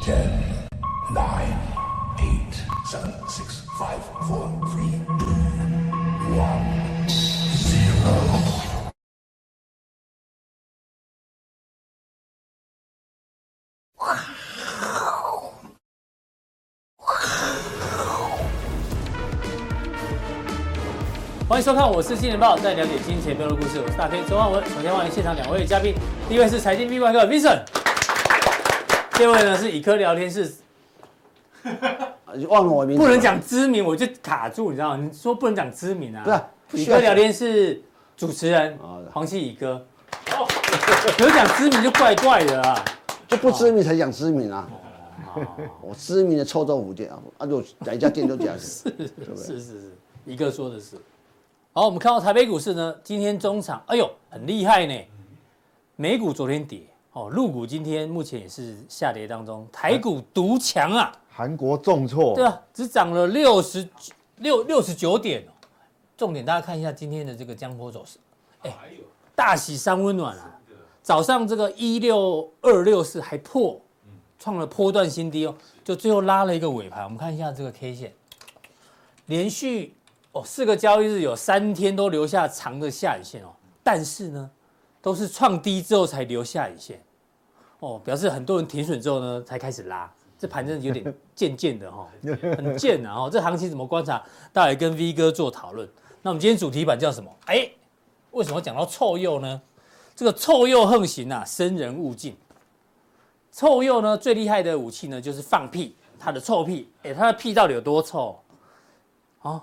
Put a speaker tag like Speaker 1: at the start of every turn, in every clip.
Speaker 1: Ten, nine, eight, seven, six, five, four, three, two, one, zero.
Speaker 2: 欢迎收看，我是金钱豹，带你了解金钱背后的故事。我是大 K 周汉文。首先欢迎现场两位嘉宾，第一位是财经 B 怪客 Vincent，第二位呢是以科聊天室，
Speaker 3: 啊忘了我名字，
Speaker 2: 不能，讲知名，我就卡住，你知道吗？你说不能讲知名啊？
Speaker 3: 不是不
Speaker 2: 以
Speaker 3: 需要
Speaker 2: 科聊天室主持人
Speaker 3: 哦
Speaker 2: 黄西以哥， 有讲知名就怪怪的啊。
Speaker 3: 就不知名才讲知名啊。
Speaker 2: 哦
Speaker 3: 我知名的臭豆腐店啊，啊，就哪一家店都这样子。
Speaker 2: 是是是，一个说的是。好，我们看到台北股市呢，今天中场，哎呦，很厉害呢。美股昨天跌，哦，陆股今天目前也是下跌当中，台股独强啊，
Speaker 4: 韩国重挫，
Speaker 2: 对啊，只涨了六十六六十九点哦。重点大家看一下今天的这个江波走势，哎，大喜三温暖啊。早上这个一六二六四还破，创了波段新低哦，就最后拉了一个尾盘。我们看一下这个 K 线，连续哦四个交易日有三天都留下长的下影线哦，但是呢，都是创低之后才留下影线，哦，表示很多人停损之后呢才开始拉，这盘真的有点贱贱的哈、哦，很贱啊哦，这行情怎么观察？待会跟 V 哥做讨论。那我们今天主题版叫什么？哎，为什么讲到臭鼬呢？这个臭鼬横行啊，生人勿近。臭鼬呢，最厉害的武器呢就是放屁，它的臭屁，哎，它的屁到底有多臭？哦，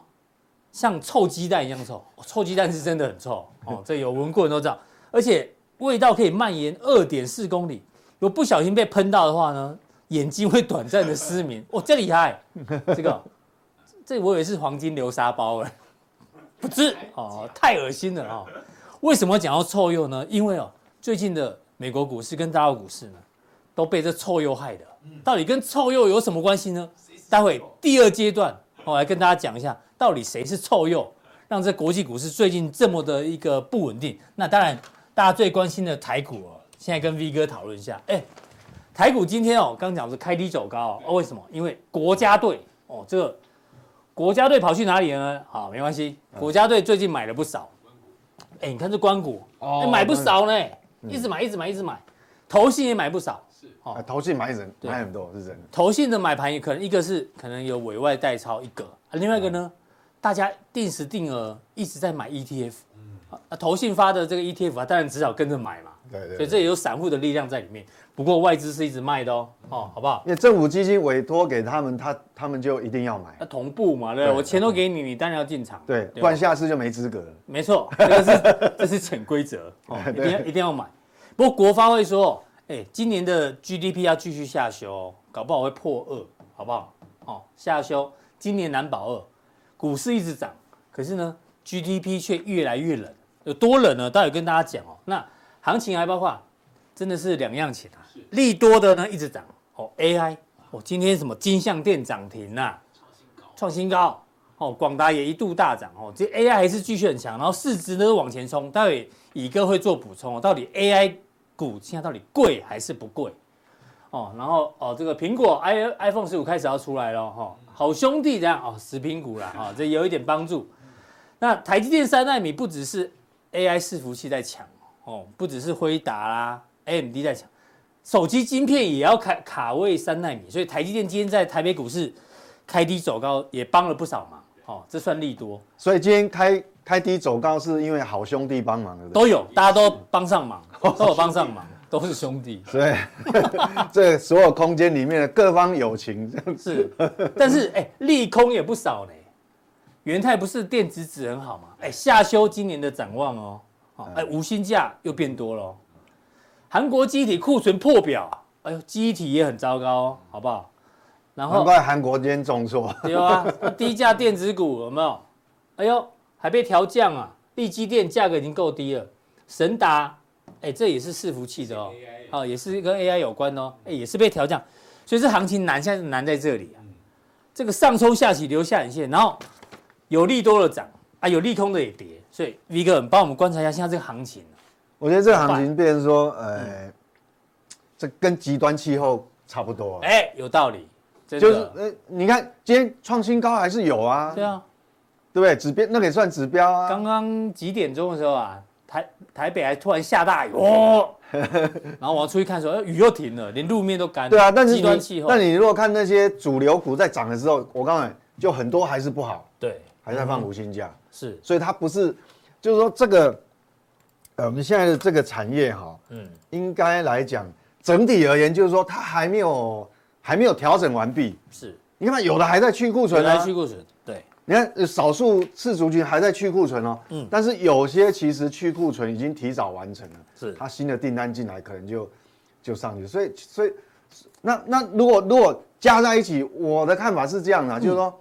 Speaker 2: 像臭鸡蛋一样臭，哦臭鸡蛋是真的很臭哦，这有闻过人都知道，而且味道可以蔓延二点四公里，如果不小心被喷到的话呢，眼睛会短暂的失明，哦，这厉害， 这个这我以为是黄金流沙包了， 不是哦，太恶心了哦。为什么讲到臭鼬呢？因为哦，最近的美国股市跟大陆股市呢，都被这臭鼬害的。到底跟臭鼬有什么关系呢？待会第二阶段，我、来跟大家讲一下，到底谁是臭鼬，让这国际股市最近这么的一个不稳定。那当然，大家最关心的台股哦，现在跟 V 哥讨论一下。哎，台股今天哦，刚讲是开低走高哦，哦为什么？因为国家队哦，这个国家队跑去哪里了呢？好，没关系，
Speaker 4: 嗯
Speaker 2: 国家队最近买了不少。哎，你看这关谷，
Speaker 4: 哦
Speaker 2: 哎买不少呢，
Speaker 4: 嗯
Speaker 2: 一直买，一直买，一直买，投信也买不少。
Speaker 4: 啊投信买人
Speaker 2: 对
Speaker 4: 买很多是真的，
Speaker 2: 投信的买盘也可能一个是可能有委外代抄一个，啊另外一个呢，
Speaker 4: 嗯
Speaker 2: 大家定时定额一直在买 ETF，啊，
Speaker 4: 嗯
Speaker 2: 那投信发的这个 ETF 啊，当然只好跟着买嘛，
Speaker 4: 对对
Speaker 2: 所以
Speaker 4: 对。
Speaker 2: 这也有散户的力量在里面。不过外资是一直卖的哦，哦，好不好？
Speaker 4: 因为政府基金委托给他们，他他们就一定要买
Speaker 2: 那，同步嘛，对不对？
Speaker 4: 对
Speaker 2: 我钱都给你，你当然要进场，
Speaker 4: 对，
Speaker 2: 吧
Speaker 4: 不然下次就没资格了。
Speaker 2: 没错，这个是这是潜规则哦，一定要一定要买。不过国发会说，哎，今年的 GDP 要继续下修哦，搞不好会破二，好不好？哦，下修，今年难保二，股市一直涨，可是呢，GDP 却越来越冷，有多冷呢？待会跟大家讲哦。那行情还包括，真的是两样情啊，利多的呢一直涨哦，AI 哦，今天什么金像电涨停啊呐、创新高哦，广达也一度大涨哦，这 AI 还是继续很强，然后市值呢往前冲。待会乙哥会做补充哦，到底 AI 股现在到底贵还是不贵？哦，然后哦，这个苹果 i iPhone 十五开始要出来了哈、哦，好兄弟这样哦，食品股啦哈、哦，这有一点帮助。那台积电三纳米不只是 AI 伺服器在抢哦，不只是辉达啦、AMD 在抢，手机晶片也要卡卡位三纳米，所以台积电今天在台北股市开低走高也帮了不少忙，哦，这算利多，
Speaker 4: 所以今天开开低走高，是因为好兄弟帮忙的，对
Speaker 2: 都有，大家都帮上忙，都有帮上忙，都是哦兄弟，
Speaker 4: 不对，所以这所有空间里面的各方友情， 这样
Speaker 2: 是，但是哎、利空也不少呢。元泰不是电子指很好吗？哎、下修今年的展望哦，哦哎、无薪假又变多了、哦，韩国机体库存破表，哎呦，机体也很糟糕、哦，好不好？然
Speaker 4: 难
Speaker 2: 后
Speaker 4: 怪韩国今天重挫，
Speaker 2: 有啊，低价电子股有没有？哎呦，还被调降啊！利基电价格已经够低了，神达，哎，这也是伺服器的哦，哦，也是跟 AI 有关哦，哎，也是被调降，所以这行情难现在难在这里啊。这个上冲下起留下影线，然后有利多的涨啊，有利空的也跌，所以 V 哥，你帮我们观察一下现在这个行情啊、
Speaker 4: 我觉得这个行情变成说，呃，这跟极端气候差不多了。
Speaker 2: 哎，有道理，真
Speaker 4: 就是
Speaker 2: 的，
Speaker 4: 呃，你看今天创新高还是有啊，
Speaker 2: 对啊。
Speaker 4: 对不对？指标那个也算指标啊。
Speaker 2: 刚刚几点钟的时候啊，台台北还突然下大雨哦， 然后我要出去看的时候，哎雨又停了，连路面都干了。
Speaker 4: 对啊，但是
Speaker 2: 极端气
Speaker 4: 你
Speaker 2: 候，
Speaker 4: 那你如果看那些主流股在涨的时候，我告诉你，就很多还是不好，
Speaker 2: 对
Speaker 4: 还在
Speaker 2: 嗯
Speaker 4: 放无薪假，
Speaker 2: 是
Speaker 4: 所以它不是，就是说这个，呃，我们现在的这个产业哈，
Speaker 2: 嗯
Speaker 4: 应该来讲整体而言，就是说它还没有还没有调整完毕。
Speaker 2: 是，
Speaker 4: 你看嘛，有的还在去库存
Speaker 2: 本来
Speaker 4: 啊
Speaker 2: 去，库存，对
Speaker 4: 你看呃少数次族群还在去库存哦，嗯，但是有些其实去库存已经提早完成了，
Speaker 2: 是
Speaker 4: 它新的订单进来可能就就上去，所以所以那那如果如果加在一起，我的看法是这样
Speaker 2: 嗯
Speaker 4: 的、就是说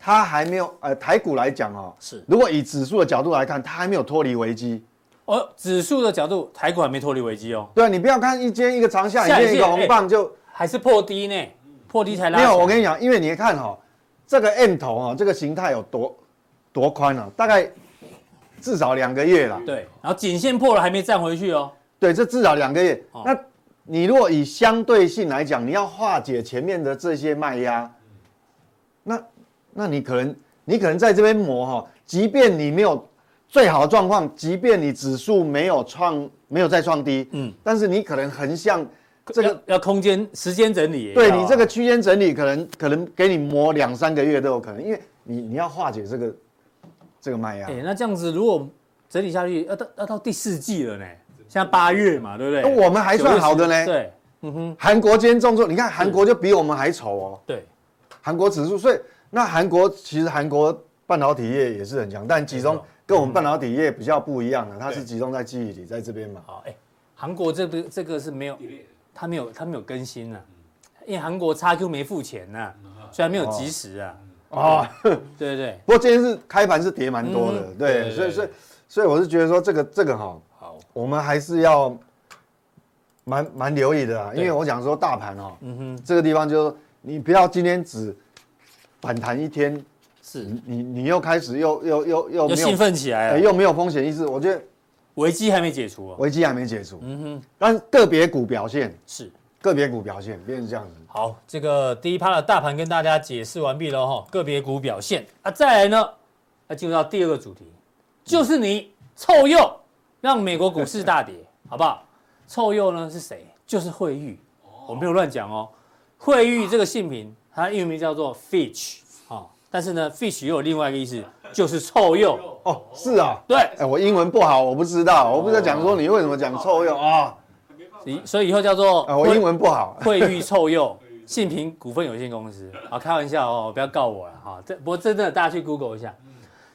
Speaker 4: 它还没有呃台股来讲哦，
Speaker 2: 是
Speaker 4: 如果以指数的角度来看，它还没有脱离危机，
Speaker 2: 哦，指数的角度，台股还没脱离危机哦，
Speaker 4: 对啊，你不要看一间一个长下
Speaker 2: 下影
Speaker 4: 影线一个
Speaker 2: 线
Speaker 4: 红
Speaker 2: 哎
Speaker 4: 棒就。
Speaker 2: 还是破低呢，破低才拉。
Speaker 4: 没有，我跟你讲，因为你看哈、这个 M 头啊、这个形态有多多宽啊，大概至少两个月啦。
Speaker 2: 对，然后颈线破了还没站回去哦，
Speaker 4: 对，这至少两个月。
Speaker 2: 哦
Speaker 4: 那你如果以相对性来讲，你要化解前面的这些卖压，那那你可能你可能在这边磨哈、即便你没有最好的状况，即便你指数没有创没有再创低，嗯
Speaker 2: 嗯，
Speaker 4: 但是你可能横向这个
Speaker 2: 要要空间时间整理也要啊。
Speaker 4: 对你这个区间整理，可能可能给你磨两三个月都有可能，因为你你要化解这个这个卖压。
Speaker 2: 哎，那这样子如果整理下去，要到要到第四季了呢，现在八月嘛，对不
Speaker 4: 那
Speaker 2: 对？
Speaker 4: 我们还算好的呢
Speaker 2: 对
Speaker 4: 韩国今天重挫，你看韩国就比我们还丑哦，
Speaker 2: 对，
Speaker 4: 韩国指数。所以那韩国其实韩国半导体业也是很强，但集中跟我们半导体业比较不
Speaker 2: 嗯
Speaker 4: 一样的，啊它是集中在记忆体在这边嘛。
Speaker 2: 好，哎，韩国这个这个是没有，他没有他没有更新啊，因为韩国 XQ 没付钱呐、虽然没有及时啊，
Speaker 4: 哦，
Speaker 2: 对不对？
Speaker 4: 不过今天是开盘是跌蛮多的，
Speaker 2: 嗯
Speaker 4: 对，
Speaker 2: 对
Speaker 4: 所以所以所以我是觉得说这个这个哈，
Speaker 2: 好，
Speaker 4: 我们还是要蛮蛮留意的啊，因
Speaker 2: 对嗯
Speaker 4: 为我想说大盘哦，这个地方就是你不要今天只反弹一天，
Speaker 2: 是
Speaker 4: 你你你又开始又又又又
Speaker 2: 又
Speaker 4: 没有
Speaker 2: 兴奋起
Speaker 4: 哎
Speaker 2: 来了，
Speaker 4: 又没有风险意识，我觉得
Speaker 2: 危机还没解除哦。
Speaker 4: 危机还没解除。嗯哼，但是个别股表现，
Speaker 2: 是，
Speaker 4: 个别股表现变成这样子，
Speaker 2: 好，这个第一趴的大盘跟大家解释完毕了哈，个别股表现啊，再来呢，要进入到第二个主题，就是你臭鼬让美国股市大跌， 好不好？臭鼬呢是谁？就是惠誉，我没有乱讲哦。惠誉这个姓名，它英文名叫做 Fitch 哦，但是呢，Fitch 又有另外一个意思，就是臭鼬。
Speaker 4: 哦，是啊，
Speaker 2: 对，
Speaker 4: 哎，我英文不好，我不知道，我不是在讲说你为什么讲臭鼬啊，
Speaker 2: 以所以以后叫做
Speaker 4: 啊，我英文不好，
Speaker 2: 惠誉臭鼬信平股份有限公司啊，开玩笑哦，不要告我了哈。这不过真的，大家去 Google 一下。
Speaker 5: 嗯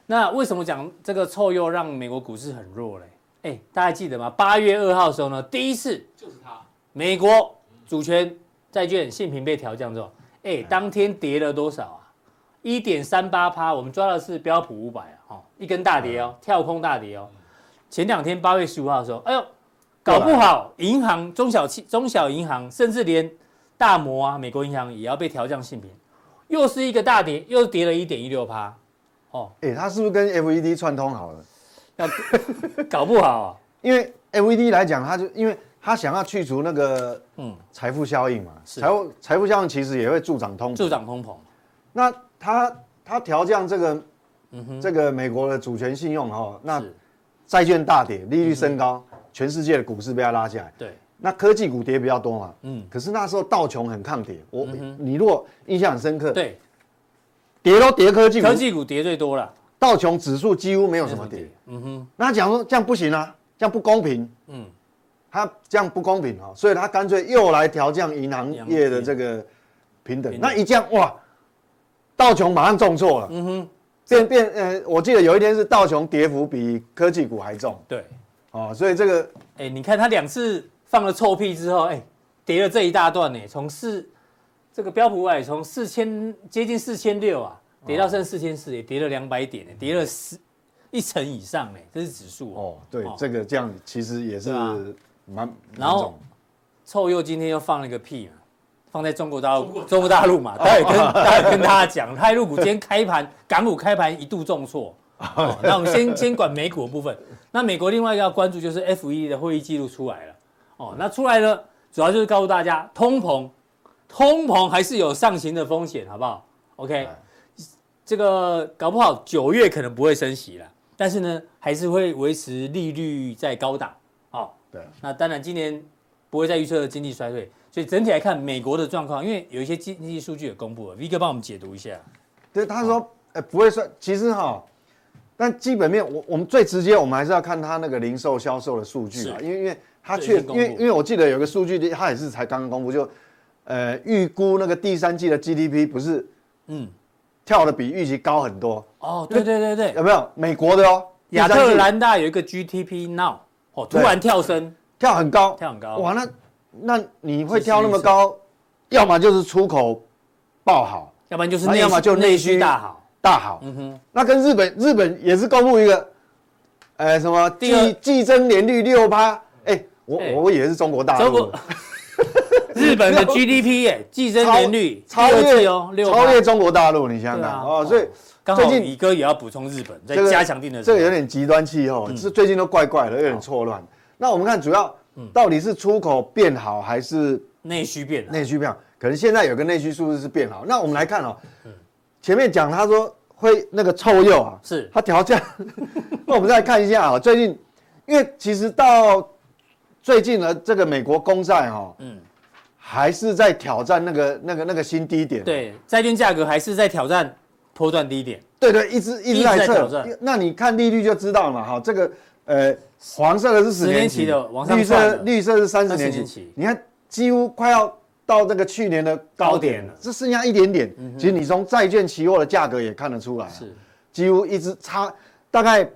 Speaker 2: 那为什么讲这个臭鼬让美国股市很弱嘞？哎，大家记得吗？八月二号的时候呢，第一次
Speaker 5: 就是他，
Speaker 2: 美国主权债券信平被调降之后，哎，当天跌了多少啊？一点三八趴，我们抓的是标普五百啊，哦，一根大跌哦，跳空大跌哦。前两天八月十五号的时候，哎呦，搞不好银行、中小企、中小银行，甚至连大摩啊、美国银行也要被调降信评，又是一个大跌，又跌了一点一六趴，哦，
Speaker 4: 哎，它是不是跟 FED 串通好了？
Speaker 2: 要 搞不好、啊、
Speaker 4: 因为 FED 来讲，它就因为它想要去除那个嗯
Speaker 2: 嗯
Speaker 4: 财富效应嘛，
Speaker 2: 是
Speaker 4: 财务财富效应其实也会助长通膨。
Speaker 2: 助长通膨，
Speaker 4: 那它它调降这个、这个美国的主权信用哦，那
Speaker 2: 嗯是嗯
Speaker 4: 债券大跌，利率升高，全世界的股市被它拉下来。
Speaker 2: 对，
Speaker 4: 那科技股跌比较多嘛，嗯
Speaker 2: 嗯，
Speaker 4: 可是那时候道琼很抗跌，我、你如果印象很深刻，，
Speaker 2: 对，
Speaker 4: 跌都跌科技股，
Speaker 2: 科技股跌最多了，
Speaker 4: 道琼指数几乎没有什么跌，
Speaker 2: 嗯哼，
Speaker 4: 那他讲说这样不行啊，这样不公平，嗯
Speaker 2: 嗯，
Speaker 4: 他这样不公平哦，所以他干脆又来调降银行业的这个平等。
Speaker 2: 平等
Speaker 4: 那一降哇，道琼马上重挫了，嗯哼，变变呃，我记得有一天是道琼跌幅比科技股还重
Speaker 2: 对，
Speaker 4: 哦，所以这个
Speaker 2: 哎、你看他两次放了臭屁之后，哎、跌了这一大段呢、从四这个标普外从四千接近四千六啊，跌到剩四千四，也跌了两百点、呢，跌了十一成以上呢、这是指数哦。
Speaker 4: 哦，对，这个这样其实也是
Speaker 2: 对啊
Speaker 4: 蛮
Speaker 2: 然
Speaker 4: 蛮重
Speaker 2: 后。臭鼬今天又放了一个屁嘛，放在中国大陆，哦中国大陆嘛，待会跟待会跟大家讲，泰入股今天开盘，港股开盘一度重挫。哦那我们先先管美股的部分，那美国另外一个要关注就是 F E D 的会议记录出来了，哦，那出来了，主要就是告诉大家，通膨，通膨还是有上行的风险，好不好？OK，这个搞不好九月可能不会升息了，但是呢，还是会维持利率在高档。好、
Speaker 4: 对，
Speaker 2: 那当然今年不会再预测经济衰退，所以整体来看美国的状况，因为有一些经济数据也公布了，V 哥帮我们解读一下。
Speaker 4: 对，他说，呃，不会算，其实哈，但基本面，我我们最直接，我们还是要看他那个零售销售的数据啊，
Speaker 2: 是
Speaker 4: 因为因为他
Speaker 2: 这已经
Speaker 4: 确，因
Speaker 2: 公布
Speaker 4: 为因为我记得有个数据，他也是才刚刚公布，就，呃，预估那个第三季的 GDP 不是
Speaker 2: 嗯，
Speaker 4: 跳的比预期高很多，
Speaker 2: 哦，对对对对，
Speaker 4: 有没有？美国的哦，
Speaker 2: 亚
Speaker 4: 第三
Speaker 2: 特
Speaker 4: 季
Speaker 2: 兰大有一个 GTP now，哦，突
Speaker 4: 对
Speaker 2: 然跳升，
Speaker 4: 跳很高，
Speaker 2: 跳很高
Speaker 4: 哇，那那你会跳那么高，要么就是出口爆好
Speaker 2: 要不然就是
Speaker 4: 那
Speaker 2: 内
Speaker 4: 啊要么就内
Speaker 2: 内
Speaker 4: 需
Speaker 2: 需大好。
Speaker 4: 大好，嗯哼，那跟日本日本也是公布一个，呃，什么
Speaker 2: 第二
Speaker 4: 季季增年率六八，哎，我
Speaker 2: 哎
Speaker 4: 我我以为是中国大
Speaker 2: 中
Speaker 4: 陆
Speaker 2: 国，日本 的 GDP 耶，季增
Speaker 4: 超
Speaker 2: 年率
Speaker 4: 超
Speaker 2: 第二
Speaker 4: 越
Speaker 2: 季哦，六
Speaker 4: 超越中国大陆，你想想
Speaker 2: 对啊
Speaker 4: 看哦，所以
Speaker 2: 刚
Speaker 4: 最
Speaker 2: 好
Speaker 4: 近
Speaker 2: 李哥也要补充日本，在
Speaker 4: 这个
Speaker 2: 加强定的时
Speaker 4: 这
Speaker 2: 候嗯哦
Speaker 4: 个有点极端气候，是最近都怪怪的，有点错乱。那我们看主要
Speaker 2: 嗯
Speaker 4: 到底是出口变好还是
Speaker 2: 内需变啊了，
Speaker 4: 内需票，可能现在有个内需数字是变好。那我们来看哦，
Speaker 2: 嗯
Speaker 4: 前面讲他说会那个臭鼬啊，
Speaker 2: 是
Speaker 4: 他调价。 那我们再看一下啊、最近因为其实到最近呢，这个美国公债哈、哦，
Speaker 2: 嗯
Speaker 4: 还是在挑战那个那个那个新低点。啊
Speaker 2: 对，债券价格还是在挑战波段低点，
Speaker 4: 对对，一直一
Speaker 2: 一直
Speaker 4: 直
Speaker 2: 在
Speaker 4: 在
Speaker 2: 挑
Speaker 4: 测
Speaker 2: 战。
Speaker 4: 那你看利率就知道了嘛，哈，这个呃黄色的是十
Speaker 2: 十年
Speaker 4: 年
Speaker 2: 期
Speaker 4: 期
Speaker 2: 的往上
Speaker 4: 绿
Speaker 2: 窜
Speaker 4: 色
Speaker 2: 的
Speaker 4: 绿色是三十
Speaker 2: 30
Speaker 4: 年
Speaker 2: 年
Speaker 4: 期
Speaker 2: 期，
Speaker 4: 你看几乎快要到这个去年的
Speaker 2: 高
Speaker 4: 高
Speaker 2: 点
Speaker 4: 点
Speaker 2: 了
Speaker 4: 了，只剩下一点点。其实你从债券期货的价格也看得出来啊，
Speaker 2: 嗯是
Speaker 4: 几乎一直差大概，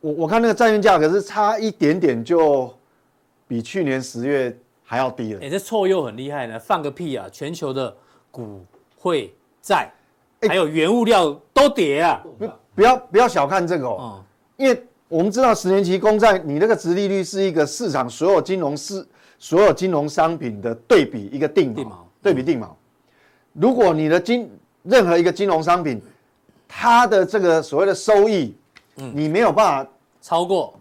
Speaker 4: 我我看那个债券价格是差一点点就比去年十月还要低了
Speaker 2: 哎、。这臭鼬很厉害呢，放个屁啊！全球的股汇债、
Speaker 4: 哎
Speaker 2: 还有原物料都跌啊，
Speaker 4: 不不要不要小看这个哦，
Speaker 2: 嗯，
Speaker 4: 因为我们知道十年期公债，你那个殖利率是一个市场所有金融市所有金融商品的对比一个定
Speaker 2: 定
Speaker 4: 锚
Speaker 2: 锚，
Speaker 4: 对比定锚。如果你的金任何一个金融商品，它的这个所谓的收益，你没有办法
Speaker 2: 超过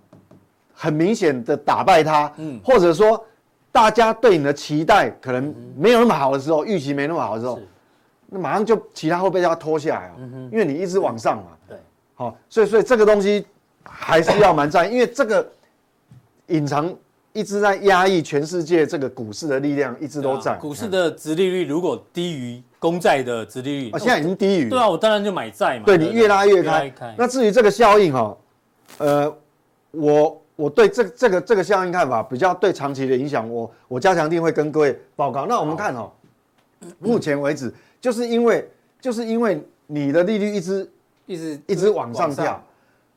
Speaker 4: 很明显的打败它，
Speaker 2: 嗯
Speaker 4: 或者说大家对你的期待可能没有那么好的时候，预期没那么好的时候
Speaker 2: 是，嗯
Speaker 4: 那马上就其他会被它拖下来哦，因为你一直往上嘛。
Speaker 2: 对，
Speaker 4: 好、所以所以这个东西还是要蛮在意，因为这个隐藏一直在压抑全世界这个股市的力量，一直都在。
Speaker 2: 啊
Speaker 4: 嗯
Speaker 2: 股市的殖利率如果低于公债的殖利率，
Speaker 4: 啊，现在已经低于
Speaker 2: 对啊，我当然就买债嘛。
Speaker 4: 对
Speaker 2: 不
Speaker 4: 你越拉越开。那
Speaker 2: 那
Speaker 4: 至于这个效应哈、哦呃，我我对这这个这个效应看法比较对长期的影响，我我加强定会跟各位报告。那我们看哦，目前为止就是因为就是因为你的利率一直
Speaker 2: 一直
Speaker 4: 一直往上
Speaker 2: 往
Speaker 4: 跳
Speaker 2: 上，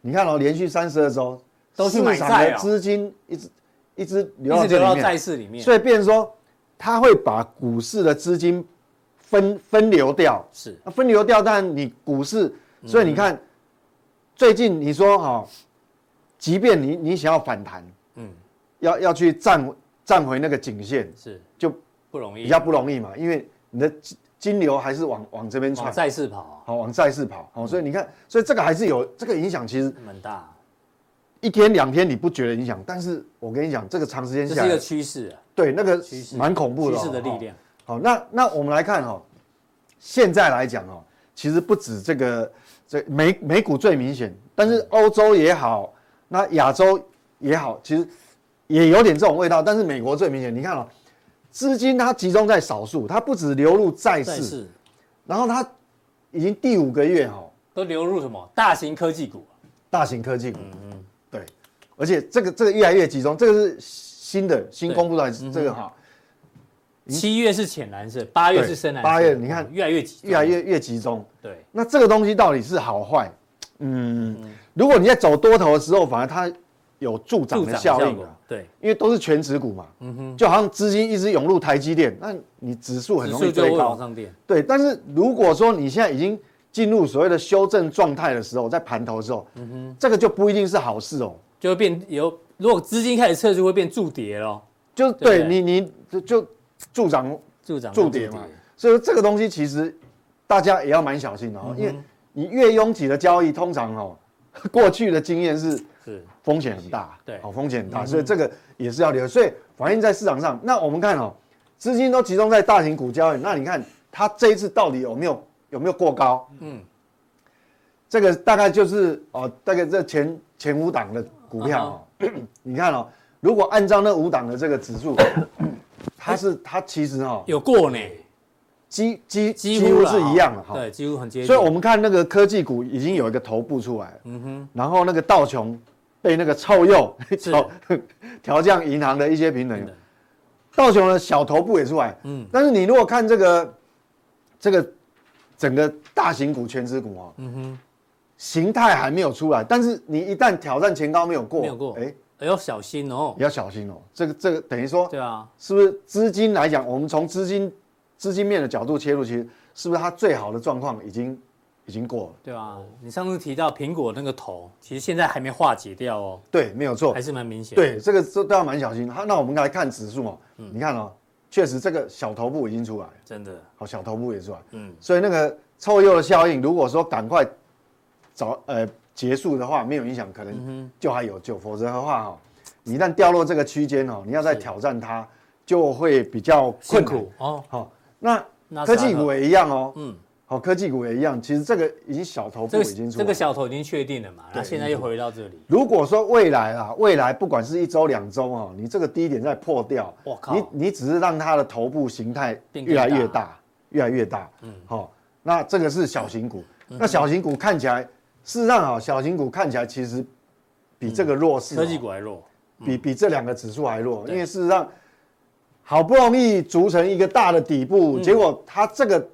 Speaker 4: 你看哦，连续三十二周
Speaker 2: 都去买
Speaker 4: 市场
Speaker 2: 债
Speaker 4: 的
Speaker 2: 哦
Speaker 4: 资金一直一直流
Speaker 2: 一
Speaker 4: 到
Speaker 2: 直
Speaker 4: 这
Speaker 2: 流
Speaker 4: 里
Speaker 2: 到
Speaker 4: 面，
Speaker 2: 债市里面，
Speaker 4: 所以变成说它会把股市的资金分分流掉。
Speaker 2: 是
Speaker 4: 那啊分流掉，但你股市，所以你
Speaker 2: 嗯
Speaker 4: 看，最近你说哈、即便你你想要反弹，
Speaker 2: 嗯
Speaker 4: 嗯，要要去站站回那个颈线，
Speaker 2: 是
Speaker 4: 就
Speaker 2: 不容易，
Speaker 4: 比较不容易嘛，因为你的金金流还是往往这边
Speaker 2: 往嗯
Speaker 4: 窜，
Speaker 2: 债市跑，啊
Speaker 4: 好往债市跑，好、所以你看，所以这个还是有这个影响，其实
Speaker 2: 蛮大，
Speaker 4: 一天两天你不觉得影响，但是我跟你讲，这个长时间
Speaker 2: 这
Speaker 4: 下
Speaker 2: 是一
Speaker 4: 来
Speaker 2: 个，趋势啊，
Speaker 4: 对那个
Speaker 2: 趋势
Speaker 4: 蛮恐怖
Speaker 2: 趋
Speaker 4: 的、哦，
Speaker 2: 势的力
Speaker 4: 哦
Speaker 2: 量。
Speaker 4: 好，那那我们来看哈、哦，现在来讲哦，其实不止这个这美美股最明显，但是欧洲也好，那亚洲也好，其实也有点这种味道，但是美国最明显。你看哦，资金它集中在少数，它不止流入债
Speaker 2: 债
Speaker 4: 市，
Speaker 2: 市
Speaker 4: 然后它已经第五个月哈、哦，
Speaker 2: 都流入什么大型科技股啊？
Speaker 4: 大型科技股，对，而且这个这个越来越集中，这个是新的新公布的这个哈、
Speaker 2: 七月是浅蓝色，八月
Speaker 4: 嗯对
Speaker 2: 是深蓝色。哦
Speaker 4: 八月你看
Speaker 2: 越来越集中，
Speaker 4: 越来越越集中。
Speaker 2: 对，
Speaker 4: 那这个东西到底是好坏？嗯，如果你在走多头的时候，反而它有助长
Speaker 2: 助
Speaker 4: 的
Speaker 2: 长
Speaker 4: 效
Speaker 2: 效
Speaker 4: 应
Speaker 2: 果嗯
Speaker 4: 啊，，
Speaker 2: 对，
Speaker 4: 因为都是全指股嘛，就好像资金一直涌入台积电，那你指数很
Speaker 2: 指
Speaker 4: 容
Speaker 2: 数
Speaker 4: 易
Speaker 2: 就会
Speaker 4: 追
Speaker 2: 往
Speaker 4: 高。
Speaker 2: 上垫，
Speaker 4: 对，但是如果说你现在已经进入所谓的修正状态的时候，在盘头的时候，
Speaker 2: 嗯
Speaker 4: 这个就不一定是好事哦。
Speaker 2: 就会变有。如果资金开始撤，就会变筑跌咯，
Speaker 4: 就是
Speaker 2: 对
Speaker 4: 对
Speaker 2: 不对
Speaker 4: 你，你就就助长
Speaker 2: 助长
Speaker 4: 驻点嘛。所以说这个东西其实大家也要蛮小心的哦，因为你越拥挤的交易，通常哦 过去的经验是
Speaker 2: 是
Speaker 4: 风险很大，
Speaker 2: 对
Speaker 4: 好、风险很大，所以这个也是要留意。所以反映在市场上，那我们看哦，资金都集中在大型股交易，那你看它这一次到底有没有有没有过高？嗯，这个大概就是哦，大概这前前五档的股票哦， 你看哦，如果按照那五档的这个指数，它是它其实哦，
Speaker 2: 有过呢，
Speaker 4: 几几
Speaker 2: 几
Speaker 4: 几
Speaker 2: 乎
Speaker 4: 乎
Speaker 2: 啦
Speaker 4: 是一样的哈。
Speaker 2: 对，几乎很接近。
Speaker 4: 所以我们看那个科技股已经有一个头部出来了，嗯哼，然后那个道琼被那个臭鼬 调调降银行的一些平等，道琼的小头部也出来，嗯，但是你如果看这个这个整个大型股、全指股哦，嗯哼，形态还没有出来，但是你一旦挑战前高没有过，
Speaker 2: 没有过，
Speaker 4: 哎
Speaker 2: 哎，，要小心哦。
Speaker 4: 也要小心哦，这个这个等于说
Speaker 2: 对啊，
Speaker 4: 是不是资金来讲，我们从资金资金面的角度切入，其实是不是它最好的状况已经已经过了？
Speaker 2: 对啊，你上次提到苹果那个头，其实现在还没化解掉哦，
Speaker 4: 对，没有错
Speaker 2: 还。是蛮明显。，
Speaker 4: 对，这个都都要蛮小心。好，那我们来看指数哦，
Speaker 2: 嗯
Speaker 4: 你看哦，确实这个小头部已经出来了，
Speaker 2: 真的，
Speaker 4: 好，小头部也出来，
Speaker 2: 嗯
Speaker 4: 嗯，所以那个臭鼬的效应，如果说赶快早呃结束的话，没有影响，可
Speaker 2: 嗯
Speaker 4: 能就还有救，否则的话哦，你一旦掉落这个区间哦，你要再挑战它，就会比较
Speaker 2: 辛
Speaker 4: 困难。
Speaker 2: 苦哦，
Speaker 4: 好、那
Speaker 2: 纳斯达克
Speaker 4: 科技股也一样哦，
Speaker 2: 嗯
Speaker 4: 嗯，好，科技股也一样。其实这个已经小头部
Speaker 2: 这
Speaker 4: 已经
Speaker 2: 个这
Speaker 4: 出来了
Speaker 2: 个小头已经确定了嘛，那现在又回到这里，
Speaker 4: 如果说未来啊，未来不管是一周两周哦，你这个低点再破掉，
Speaker 2: 我靠
Speaker 4: 你你只是让它的头部形态
Speaker 2: 变更
Speaker 4: 越
Speaker 2: 大
Speaker 4: 来越大，越来越大，嗯，好、那这个是小型股，
Speaker 2: 嗯
Speaker 4: 那小型股看起来，事实上啊、小型股看起来其实比这个弱势、
Speaker 2: 嗯
Speaker 4: 哦
Speaker 2: 科技股嗯还弱，
Speaker 4: 比比这两个指数还弱，因为事实上好不容易筑成一个大的底部，
Speaker 2: 嗯
Speaker 4: 结果它这个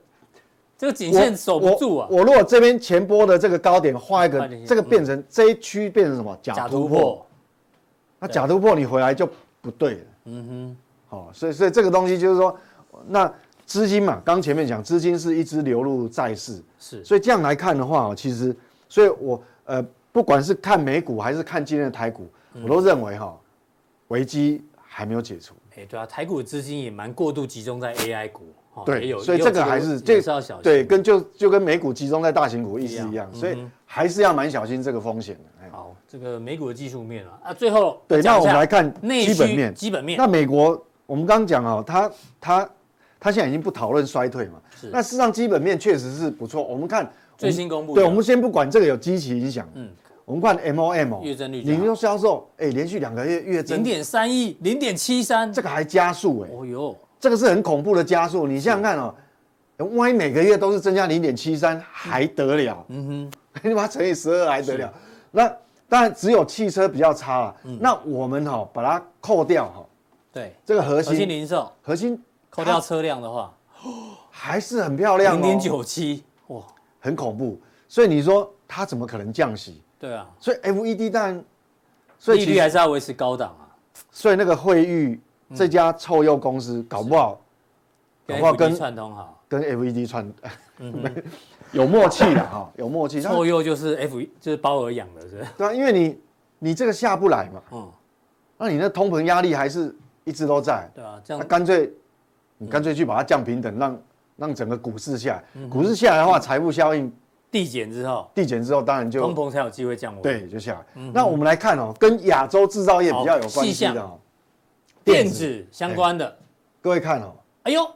Speaker 2: 这个颈线守不住啊
Speaker 4: 我。我如果这边前波的这个高点画
Speaker 2: 画
Speaker 4: 一个
Speaker 2: 一个，嗯
Speaker 4: 这个变成这一区变成什么？假
Speaker 2: 假
Speaker 4: 突
Speaker 2: 突
Speaker 4: 破。
Speaker 2: 破，
Speaker 4: 那假突破你回来就不对了。嗯哼。哦，所以所以这个东西就是说，那资金嘛，刚前面讲资金是一直流入债市，
Speaker 2: 是
Speaker 4: 所以这样来看的话，哦其实，所以我呃，不管是看美股还是看今天的台股，
Speaker 2: 嗯
Speaker 4: 我都认为哈、危机还没有解除。
Speaker 2: 哎，对啊，台股的资金也蛮过度集中在 AI 股，哦也
Speaker 4: 对，
Speaker 2: 有，
Speaker 4: 所以
Speaker 2: 也有
Speaker 4: 这个还是
Speaker 2: 也是要小心。
Speaker 4: 对，跟就就跟美股集中在大型股意思
Speaker 2: 一样
Speaker 4: 一
Speaker 2: 嗯
Speaker 4: 样，所以还是要蛮小心这个风险的。哎
Speaker 2: 好，这个美股的技术面啊，啊，最后
Speaker 4: 对，
Speaker 2: 讲一
Speaker 4: 那我
Speaker 2: 下
Speaker 4: 们来看
Speaker 2: 内
Speaker 4: 基本
Speaker 2: 需
Speaker 4: 面。
Speaker 2: 基本面
Speaker 4: 那美国，我们刚刚讲哦，它它它现在已经不讨论衰退嘛，那事实上基本面确实是不错。我们看我
Speaker 2: 最
Speaker 4: 们
Speaker 2: 新公布的，
Speaker 4: 对，我们先不管这个有积极影响，嗯，我们看 M O M 哦
Speaker 2: 月增率加
Speaker 4: 零售销售，哎，连续两个月月
Speaker 2: 零
Speaker 4: 增，
Speaker 2: 点三亿，零点七三，
Speaker 4: 这个还加速哎，
Speaker 2: 哦哟，
Speaker 4: 这个是很恐怖的加速。你想想看哦，万一每个月都是增加零点七三，还得了？嗯哼， 你把它乘以十二还得了？那当然只有汽车比较差了。
Speaker 2: 嗯
Speaker 4: 那我们哈、把它扣掉哈、
Speaker 2: 对，
Speaker 4: 这个核
Speaker 2: 核心
Speaker 4: 心
Speaker 2: 零售
Speaker 4: 核心
Speaker 2: 扣掉车辆的话，
Speaker 4: 还是很漂亮、哦，
Speaker 2: 零点，九七，哇，
Speaker 4: 很恐怖。所以你说它怎么可能降息？
Speaker 2: 对啊，
Speaker 4: 所以 FED 当然，所以
Speaker 2: 利
Speaker 4: 其
Speaker 2: 率
Speaker 4: 实
Speaker 2: 还是嗯要维持高档啊，
Speaker 4: 所以那个惠誉这家臭鼬公司搞不好
Speaker 2: 跟
Speaker 4: 搞不好
Speaker 2: FD
Speaker 4: 跟
Speaker 2: 串通好，
Speaker 4: 跟 FED 串，
Speaker 2: 嗯
Speaker 4: 有默契了哈，有 默契。它
Speaker 2: 后右就是 F 就是包尔养的，是不是
Speaker 4: 对啊，因为你你这个下不来嘛，
Speaker 2: 嗯，
Speaker 4: 那你那通膨压力还是一直都在，
Speaker 2: 对啊，这
Speaker 4: 那
Speaker 2: 样
Speaker 4: 干脆你干脆去把它降平等，让让整个股市下来，
Speaker 2: 嗯
Speaker 4: 股市下来的话，财富效应
Speaker 2: 递减之后，
Speaker 4: 递减之后，当然
Speaker 2: 通
Speaker 4: 就
Speaker 2: 膨才有机会降温。，
Speaker 4: 对就下来。那我们来看哦，跟亚洲制造业比较有
Speaker 2: 好
Speaker 4: 关
Speaker 2: 细
Speaker 4: 系
Speaker 2: 项
Speaker 4: 的哦，
Speaker 2: 电子相关的，
Speaker 4: 各位看哦，
Speaker 2: 哎呦，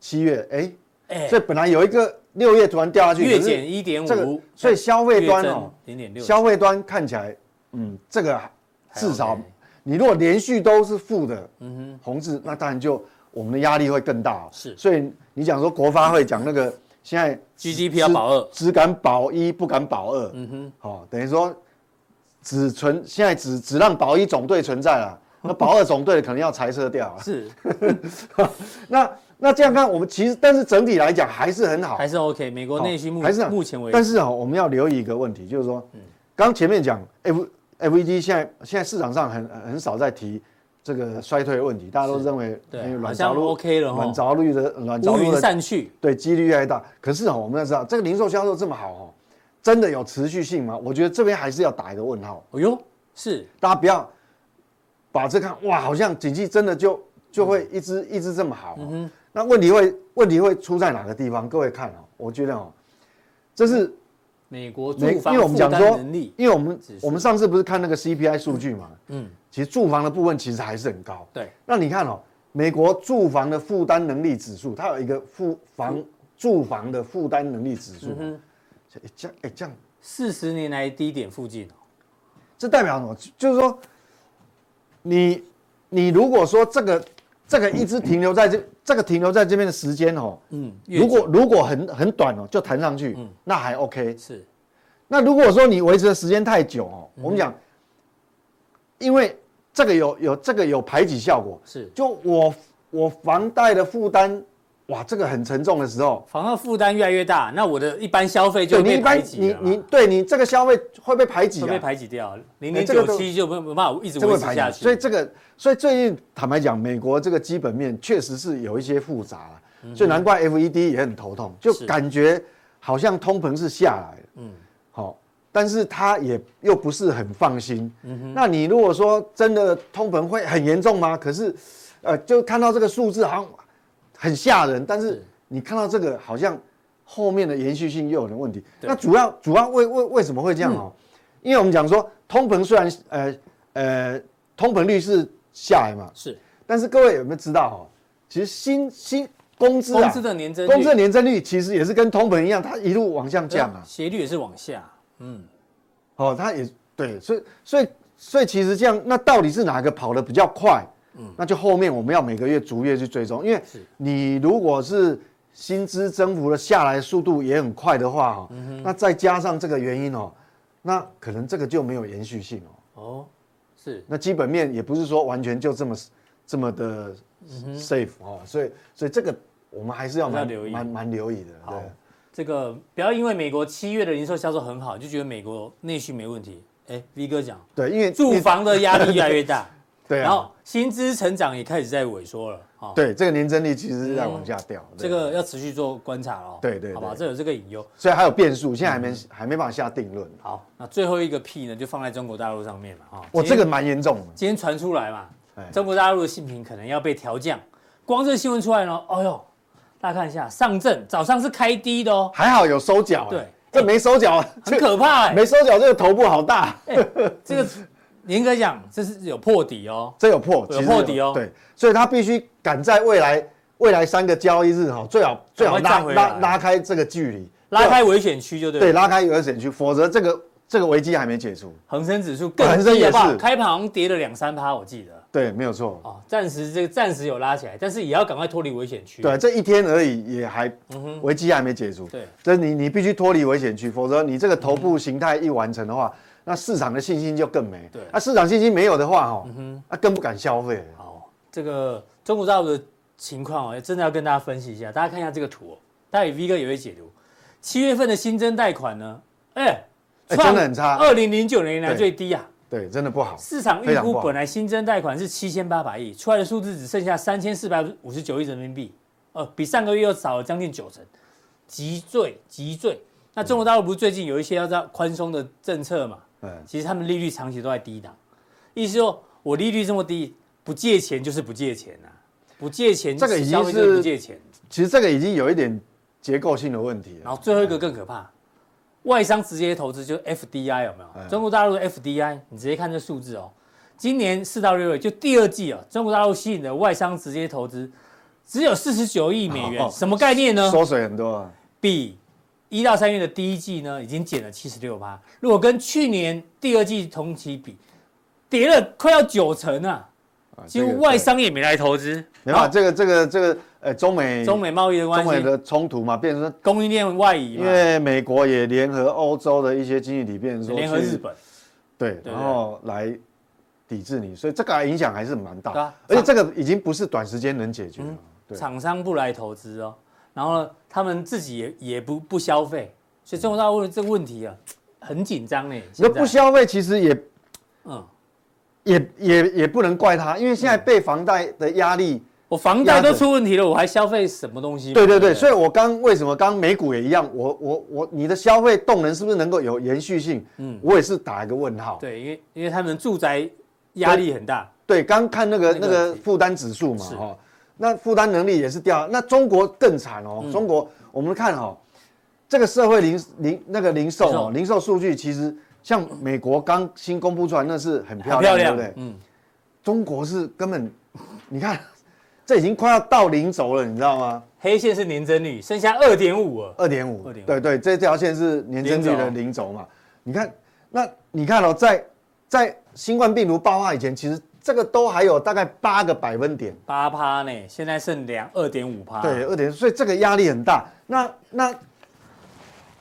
Speaker 4: 七月哎，
Speaker 2: 哎，
Speaker 4: 这本来有一个六月突然掉下去，
Speaker 2: 月
Speaker 4: 可是
Speaker 2: 减一点
Speaker 4: 这个
Speaker 2: 五，，哎
Speaker 4: 所以消费端哦，
Speaker 2: 零点六，
Speaker 4: 消费端看起来，嗯，这个至少你如果连续都是负的，嗯哼，红字，那当然就我们的压力会更大、哦。
Speaker 2: 是
Speaker 4: 所以你讲说国发会讲那个现在
Speaker 2: GDP 要保二
Speaker 4: 只只敢保一不敢保二，嗯哼，好、等于说只存现在只只让保一总队存 在了，那保二总队可能要裁撤掉啊。
Speaker 2: 是
Speaker 4: 那那这样看，我们其实但是整体来讲还是很好，
Speaker 2: 还是 OK，美国
Speaker 4: 哦
Speaker 2: 内需目
Speaker 4: 还是啊
Speaker 2: 目前为止嗯
Speaker 4: 但是啊、我们要留意一个问题，就是说，刚前面讲 F F E D 现在现在市场上很很少在提这个衰退的问题，大家都认为
Speaker 2: 对
Speaker 4: 哎
Speaker 2: 好
Speaker 4: 软
Speaker 2: 像
Speaker 4: 着陆
Speaker 2: OK 了哦
Speaker 4: 软着陆的软着
Speaker 2: 乌
Speaker 4: 陆
Speaker 2: 云
Speaker 4: 的
Speaker 2: 散去，
Speaker 4: 对几率越来越大。可是哦，我们要知道这个零售销售这么好哦，真的有持续性吗？我觉得这边还是要打一个问号，
Speaker 2: 哦呦，是
Speaker 4: 大家不要把这看哇，好像景气真的就就会
Speaker 2: 嗯
Speaker 4: 一直、一直这么好哦、那问题会问题会出在哪个地方？各位看哦，我觉得哦，这是
Speaker 2: 美国
Speaker 4: 没
Speaker 2: 住
Speaker 4: 因
Speaker 2: 房
Speaker 4: 为我们
Speaker 2: 负
Speaker 4: 讲
Speaker 2: 担
Speaker 4: 说
Speaker 2: 能力，，
Speaker 4: 因为我们
Speaker 2: 指数
Speaker 4: 我们上次不是看那个 CPI 数据嘛，
Speaker 2: 嗯，
Speaker 4: 其实住房的部分其实还是很高。
Speaker 2: 对，
Speaker 4: 那你看哦，美国住房的负担能力指数，它有一个负房住房的负担能力指数，
Speaker 2: 嗯
Speaker 4: 诶这样哎这样，
Speaker 2: 四十年来低点附近哦，
Speaker 4: 这代表什么？就就是说，你你如果说这个这个一直停留在这这个停留在这边的时间哦，
Speaker 2: 嗯，越
Speaker 4: 如果
Speaker 2: 久
Speaker 4: 如果很很短哦，就弹上去，那还 OK。
Speaker 2: 是
Speaker 4: 那如果说你维持的时间太久哦，
Speaker 2: 嗯
Speaker 4: 我们讲，因为这个有有这个有排挤效果，
Speaker 2: 是，
Speaker 4: 就我我房贷的负担，哇，这个很沉重的时候，
Speaker 2: 反而负担越来越大，那我的一般消费就
Speaker 4: 你
Speaker 2: 被
Speaker 4: 一
Speaker 2: 排
Speaker 4: 般
Speaker 2: 挤
Speaker 4: 你
Speaker 2: 了嘛
Speaker 4: 你对你这个消费会被排挤
Speaker 2: 会被
Speaker 4: 啊，
Speaker 2: 排挤掉，零零
Speaker 4: 这个
Speaker 2: 九
Speaker 4: 都
Speaker 2: 七就没有办法一直
Speaker 4: 这
Speaker 2: 维
Speaker 4: 会
Speaker 2: 持
Speaker 4: 排
Speaker 2: 下
Speaker 4: 挤。
Speaker 2: 去，
Speaker 4: 所以这个，所以最近坦白讲，美国这个基本面确实是有一些复杂了，
Speaker 2: 嗯
Speaker 4: 所以难怪 FED 也很头痛，就是感觉好像通膨是下来了，嗯，好。但是他也又不是很放心。
Speaker 2: 嗯
Speaker 4: 那你如果说真的通膨会很严重吗？可是，呃，就看到这个数字好像很吓人，但是你看到这个好像后面的延续性又有点问题。
Speaker 2: 对嗯
Speaker 4: 那主要主要为为为什么会这样哦？因为我们讲说通膨虽然呃呃通膨率是下来嘛，
Speaker 2: 是啊
Speaker 4: 但是各位有没有知道哦？其实薪薪工资啊，
Speaker 2: 工资的年增率呃
Speaker 4: 工资的年增率其实也是跟通膨一样，它一路往下降啊。
Speaker 2: 斜率也是往下，嗯，
Speaker 4: 哦，它也对，所以所以所以其实这样，那到底是哪个跑得比较快？嗯，那就后面我们要每个月逐月去追踪，因为你如果是薪资增幅的下来速度也很快的话哦，
Speaker 2: 嗯
Speaker 4: 那再加上这个原因哦，那可能这个就没有延续性哦。
Speaker 2: 哦，是
Speaker 4: 那基本面也不是说完全就这么这么的
Speaker 2: 嗯
Speaker 4: safe 哦，所以所以这个我们还是要蛮
Speaker 2: 要留意
Speaker 4: 蛮蛮留意的。对
Speaker 2: 好，这个不要因为美国七月的零售销售很好，就觉得美国内需没问题。哎，V 哥 讲，
Speaker 4: 对，因为
Speaker 2: 住房的压力越来越大，
Speaker 4: 对
Speaker 2: 然
Speaker 4: 啊
Speaker 2: 后，薪资成长也开始在萎缩了，哦，
Speaker 4: 对这个年增率其实是在往下掉。
Speaker 2: 嗯
Speaker 4: 对
Speaker 2: 这个要持续做观察哦。
Speaker 4: 对对
Speaker 2: 好吧，
Speaker 4: 对
Speaker 2: 这有这个隐忧。
Speaker 4: 所以还有变数，现在还
Speaker 2: 嗯
Speaker 4: 没、还没办法下定论。啊
Speaker 2: 好，那最后一个 P 呢，就放在中国大陆上面嘛，哈、今
Speaker 4: 我哦这
Speaker 2: 天
Speaker 4: 个蛮严重的，
Speaker 2: 今天传出来嘛
Speaker 4: 哎，
Speaker 2: 中国大陆的性平可能要被调降，光这个新闻出来呢，哎呦，大家看一下，上证早上是开低的哦，
Speaker 4: 还好有收脚。
Speaker 2: 对，
Speaker 4: 这没收脚，
Speaker 2: 很
Speaker 4: 这
Speaker 2: 可哎怕哎、
Speaker 4: 没收脚，这个头部好大，
Speaker 2: 这个严格讲，这是有破底哦。
Speaker 4: 这有破，
Speaker 2: 有
Speaker 4: 其实
Speaker 2: 破底哦
Speaker 4: 对，所以他必须赶在未来未来三个交易日哈，最好最好
Speaker 2: 赶快
Speaker 4: 拉
Speaker 2: 站回来
Speaker 4: 拉拉开这个距离，
Speaker 2: 拉开危险区就对了。
Speaker 4: 对拉开有险区，否则这个这个危机还没解除。
Speaker 2: 恒生指数更
Speaker 4: 哦恒生
Speaker 2: 低
Speaker 4: 也
Speaker 2: 好不好？
Speaker 4: 是
Speaker 2: 开盘好像跌了两三趴，我记得
Speaker 4: 对，没有错。
Speaker 2: 哦，暂时这个暂时有拉起来，但是也要赶快脱离危险区。
Speaker 4: 对，这一天而已，也还危机还没解除。
Speaker 2: 嗯对
Speaker 4: 这你你必须脱离危险区，否则你这个头部形态一完成的话，那市场的信心就更没。
Speaker 2: 嗯对嗯
Speaker 4: 那市场信心没有的话，哈，那更不敢消费了。
Speaker 2: 好，这个中国大陆的情况哦，真的要跟大家分析一下。大家看一下这个图哦，待会 V 哥也会解读。七月份的新增贷款呢，哎，
Speaker 4: 哎真的很差
Speaker 2: 二零零九年以来最低啊。
Speaker 4: 对，真的不好。
Speaker 2: 市场
Speaker 4: 非
Speaker 2: 预
Speaker 4: 常不
Speaker 2: 估
Speaker 4: 好
Speaker 2: 本来新增贷款是七千八百亿，出来的数字只剩下三千四百五十九亿人民币，呃，比上个月又少了将近九成，急坠急坠。那中国大陆不是最近有一些要在宽松的政策嘛？
Speaker 4: 嗯，
Speaker 2: 其实他们利率长期都在低档，意思说我利率这么低，不借钱就是不借钱呐、不借钱
Speaker 4: 这个已经
Speaker 2: 消费者就是不借钱。
Speaker 4: 其实这个已经有一点结构性的问题
Speaker 2: 然
Speaker 4: 了。
Speaker 2: 后最后一个更可怕，外商直接投资就是 FDI 有没
Speaker 4: 哎
Speaker 2: 有？中国大陆的 FDI，你直接看这数字哦，今年四到六月就第二季啊，中国大陆吸引的外商直接投资只有四十九亿美元，
Speaker 4: 哦
Speaker 2: 什么概念呢？
Speaker 4: 缩水很多啊，
Speaker 2: 比一到三月的第一季呢，已经减了七十六趴，如果跟去年第二季同期比，跌了快要九成啊，
Speaker 4: 啊
Speaker 2: 几
Speaker 4: 这
Speaker 2: 乎
Speaker 4: 个
Speaker 2: 外商也没来投资，
Speaker 4: 对没办法，
Speaker 2: 然后
Speaker 4: 这个这个这个呃，中美
Speaker 2: 中美贸易的关
Speaker 4: 中美
Speaker 2: 系，
Speaker 4: 的冲突嘛，变成说
Speaker 2: 供应链外移
Speaker 4: 因
Speaker 2: 嘛，
Speaker 4: 为美国也联合欧洲的一些经济体，变成说
Speaker 2: 联合
Speaker 4: 去
Speaker 2: 日本。
Speaker 4: 对，
Speaker 2: 对
Speaker 4: 然后来抵制你，所以这个影响还是蛮
Speaker 2: 对
Speaker 4: 大
Speaker 2: 啊，嗯
Speaker 4: 而且这个已经不是短时间能解决了。对，
Speaker 2: 厂商不来投资哦，然后呢，他们自己也也不不消费，所以中国大陆这个问题啊，很紧张呢。
Speaker 4: 你说
Speaker 2: 现在
Speaker 4: 不，消费其实也
Speaker 2: 嗯，
Speaker 4: 也也也不能怪他，因为现在被房贷的压力，
Speaker 2: 我房贷都出问题了，我还消费什么东西嘛？
Speaker 4: 对对对，
Speaker 2: 不
Speaker 4: 所以我刚为什么刚美股也一样，我我我你的消费动能是不是能够有延续性？嗯，我也是打一个问号。
Speaker 2: 对，因为因为他们住宅压力很大，
Speaker 4: 对，刚看那个
Speaker 2: 那
Speaker 4: 那
Speaker 2: 个
Speaker 4: 个负担指数嘛，
Speaker 2: 是
Speaker 4: 嗯哈，那负担能力也是掉。那中国更惨哦，中国我们看哦，这个社会零零那个零售
Speaker 2: 零
Speaker 4: 哦
Speaker 2: 售，
Speaker 4: 零售数据其实像美国刚新公布出来，那是很漂
Speaker 2: 很漂
Speaker 4: 亮，对
Speaker 2: 亮
Speaker 4: 不对，？
Speaker 2: 嗯，
Speaker 4: 中国是根本，你看，这已经快要到零轴了，你知道吗？
Speaker 2: 黑线是年增率，剩下二点五啊了。
Speaker 4: 二点五，
Speaker 2: 2.5
Speaker 4: 对对，这条线是年增率的零轴嘛？你看，那你看哦，在在新冠病毒爆发以前，其实这个都还有大概八个百分点，
Speaker 2: 八趴呢，现在剩两二点五趴。
Speaker 4: 对，，二点，所以这个压力很大。那那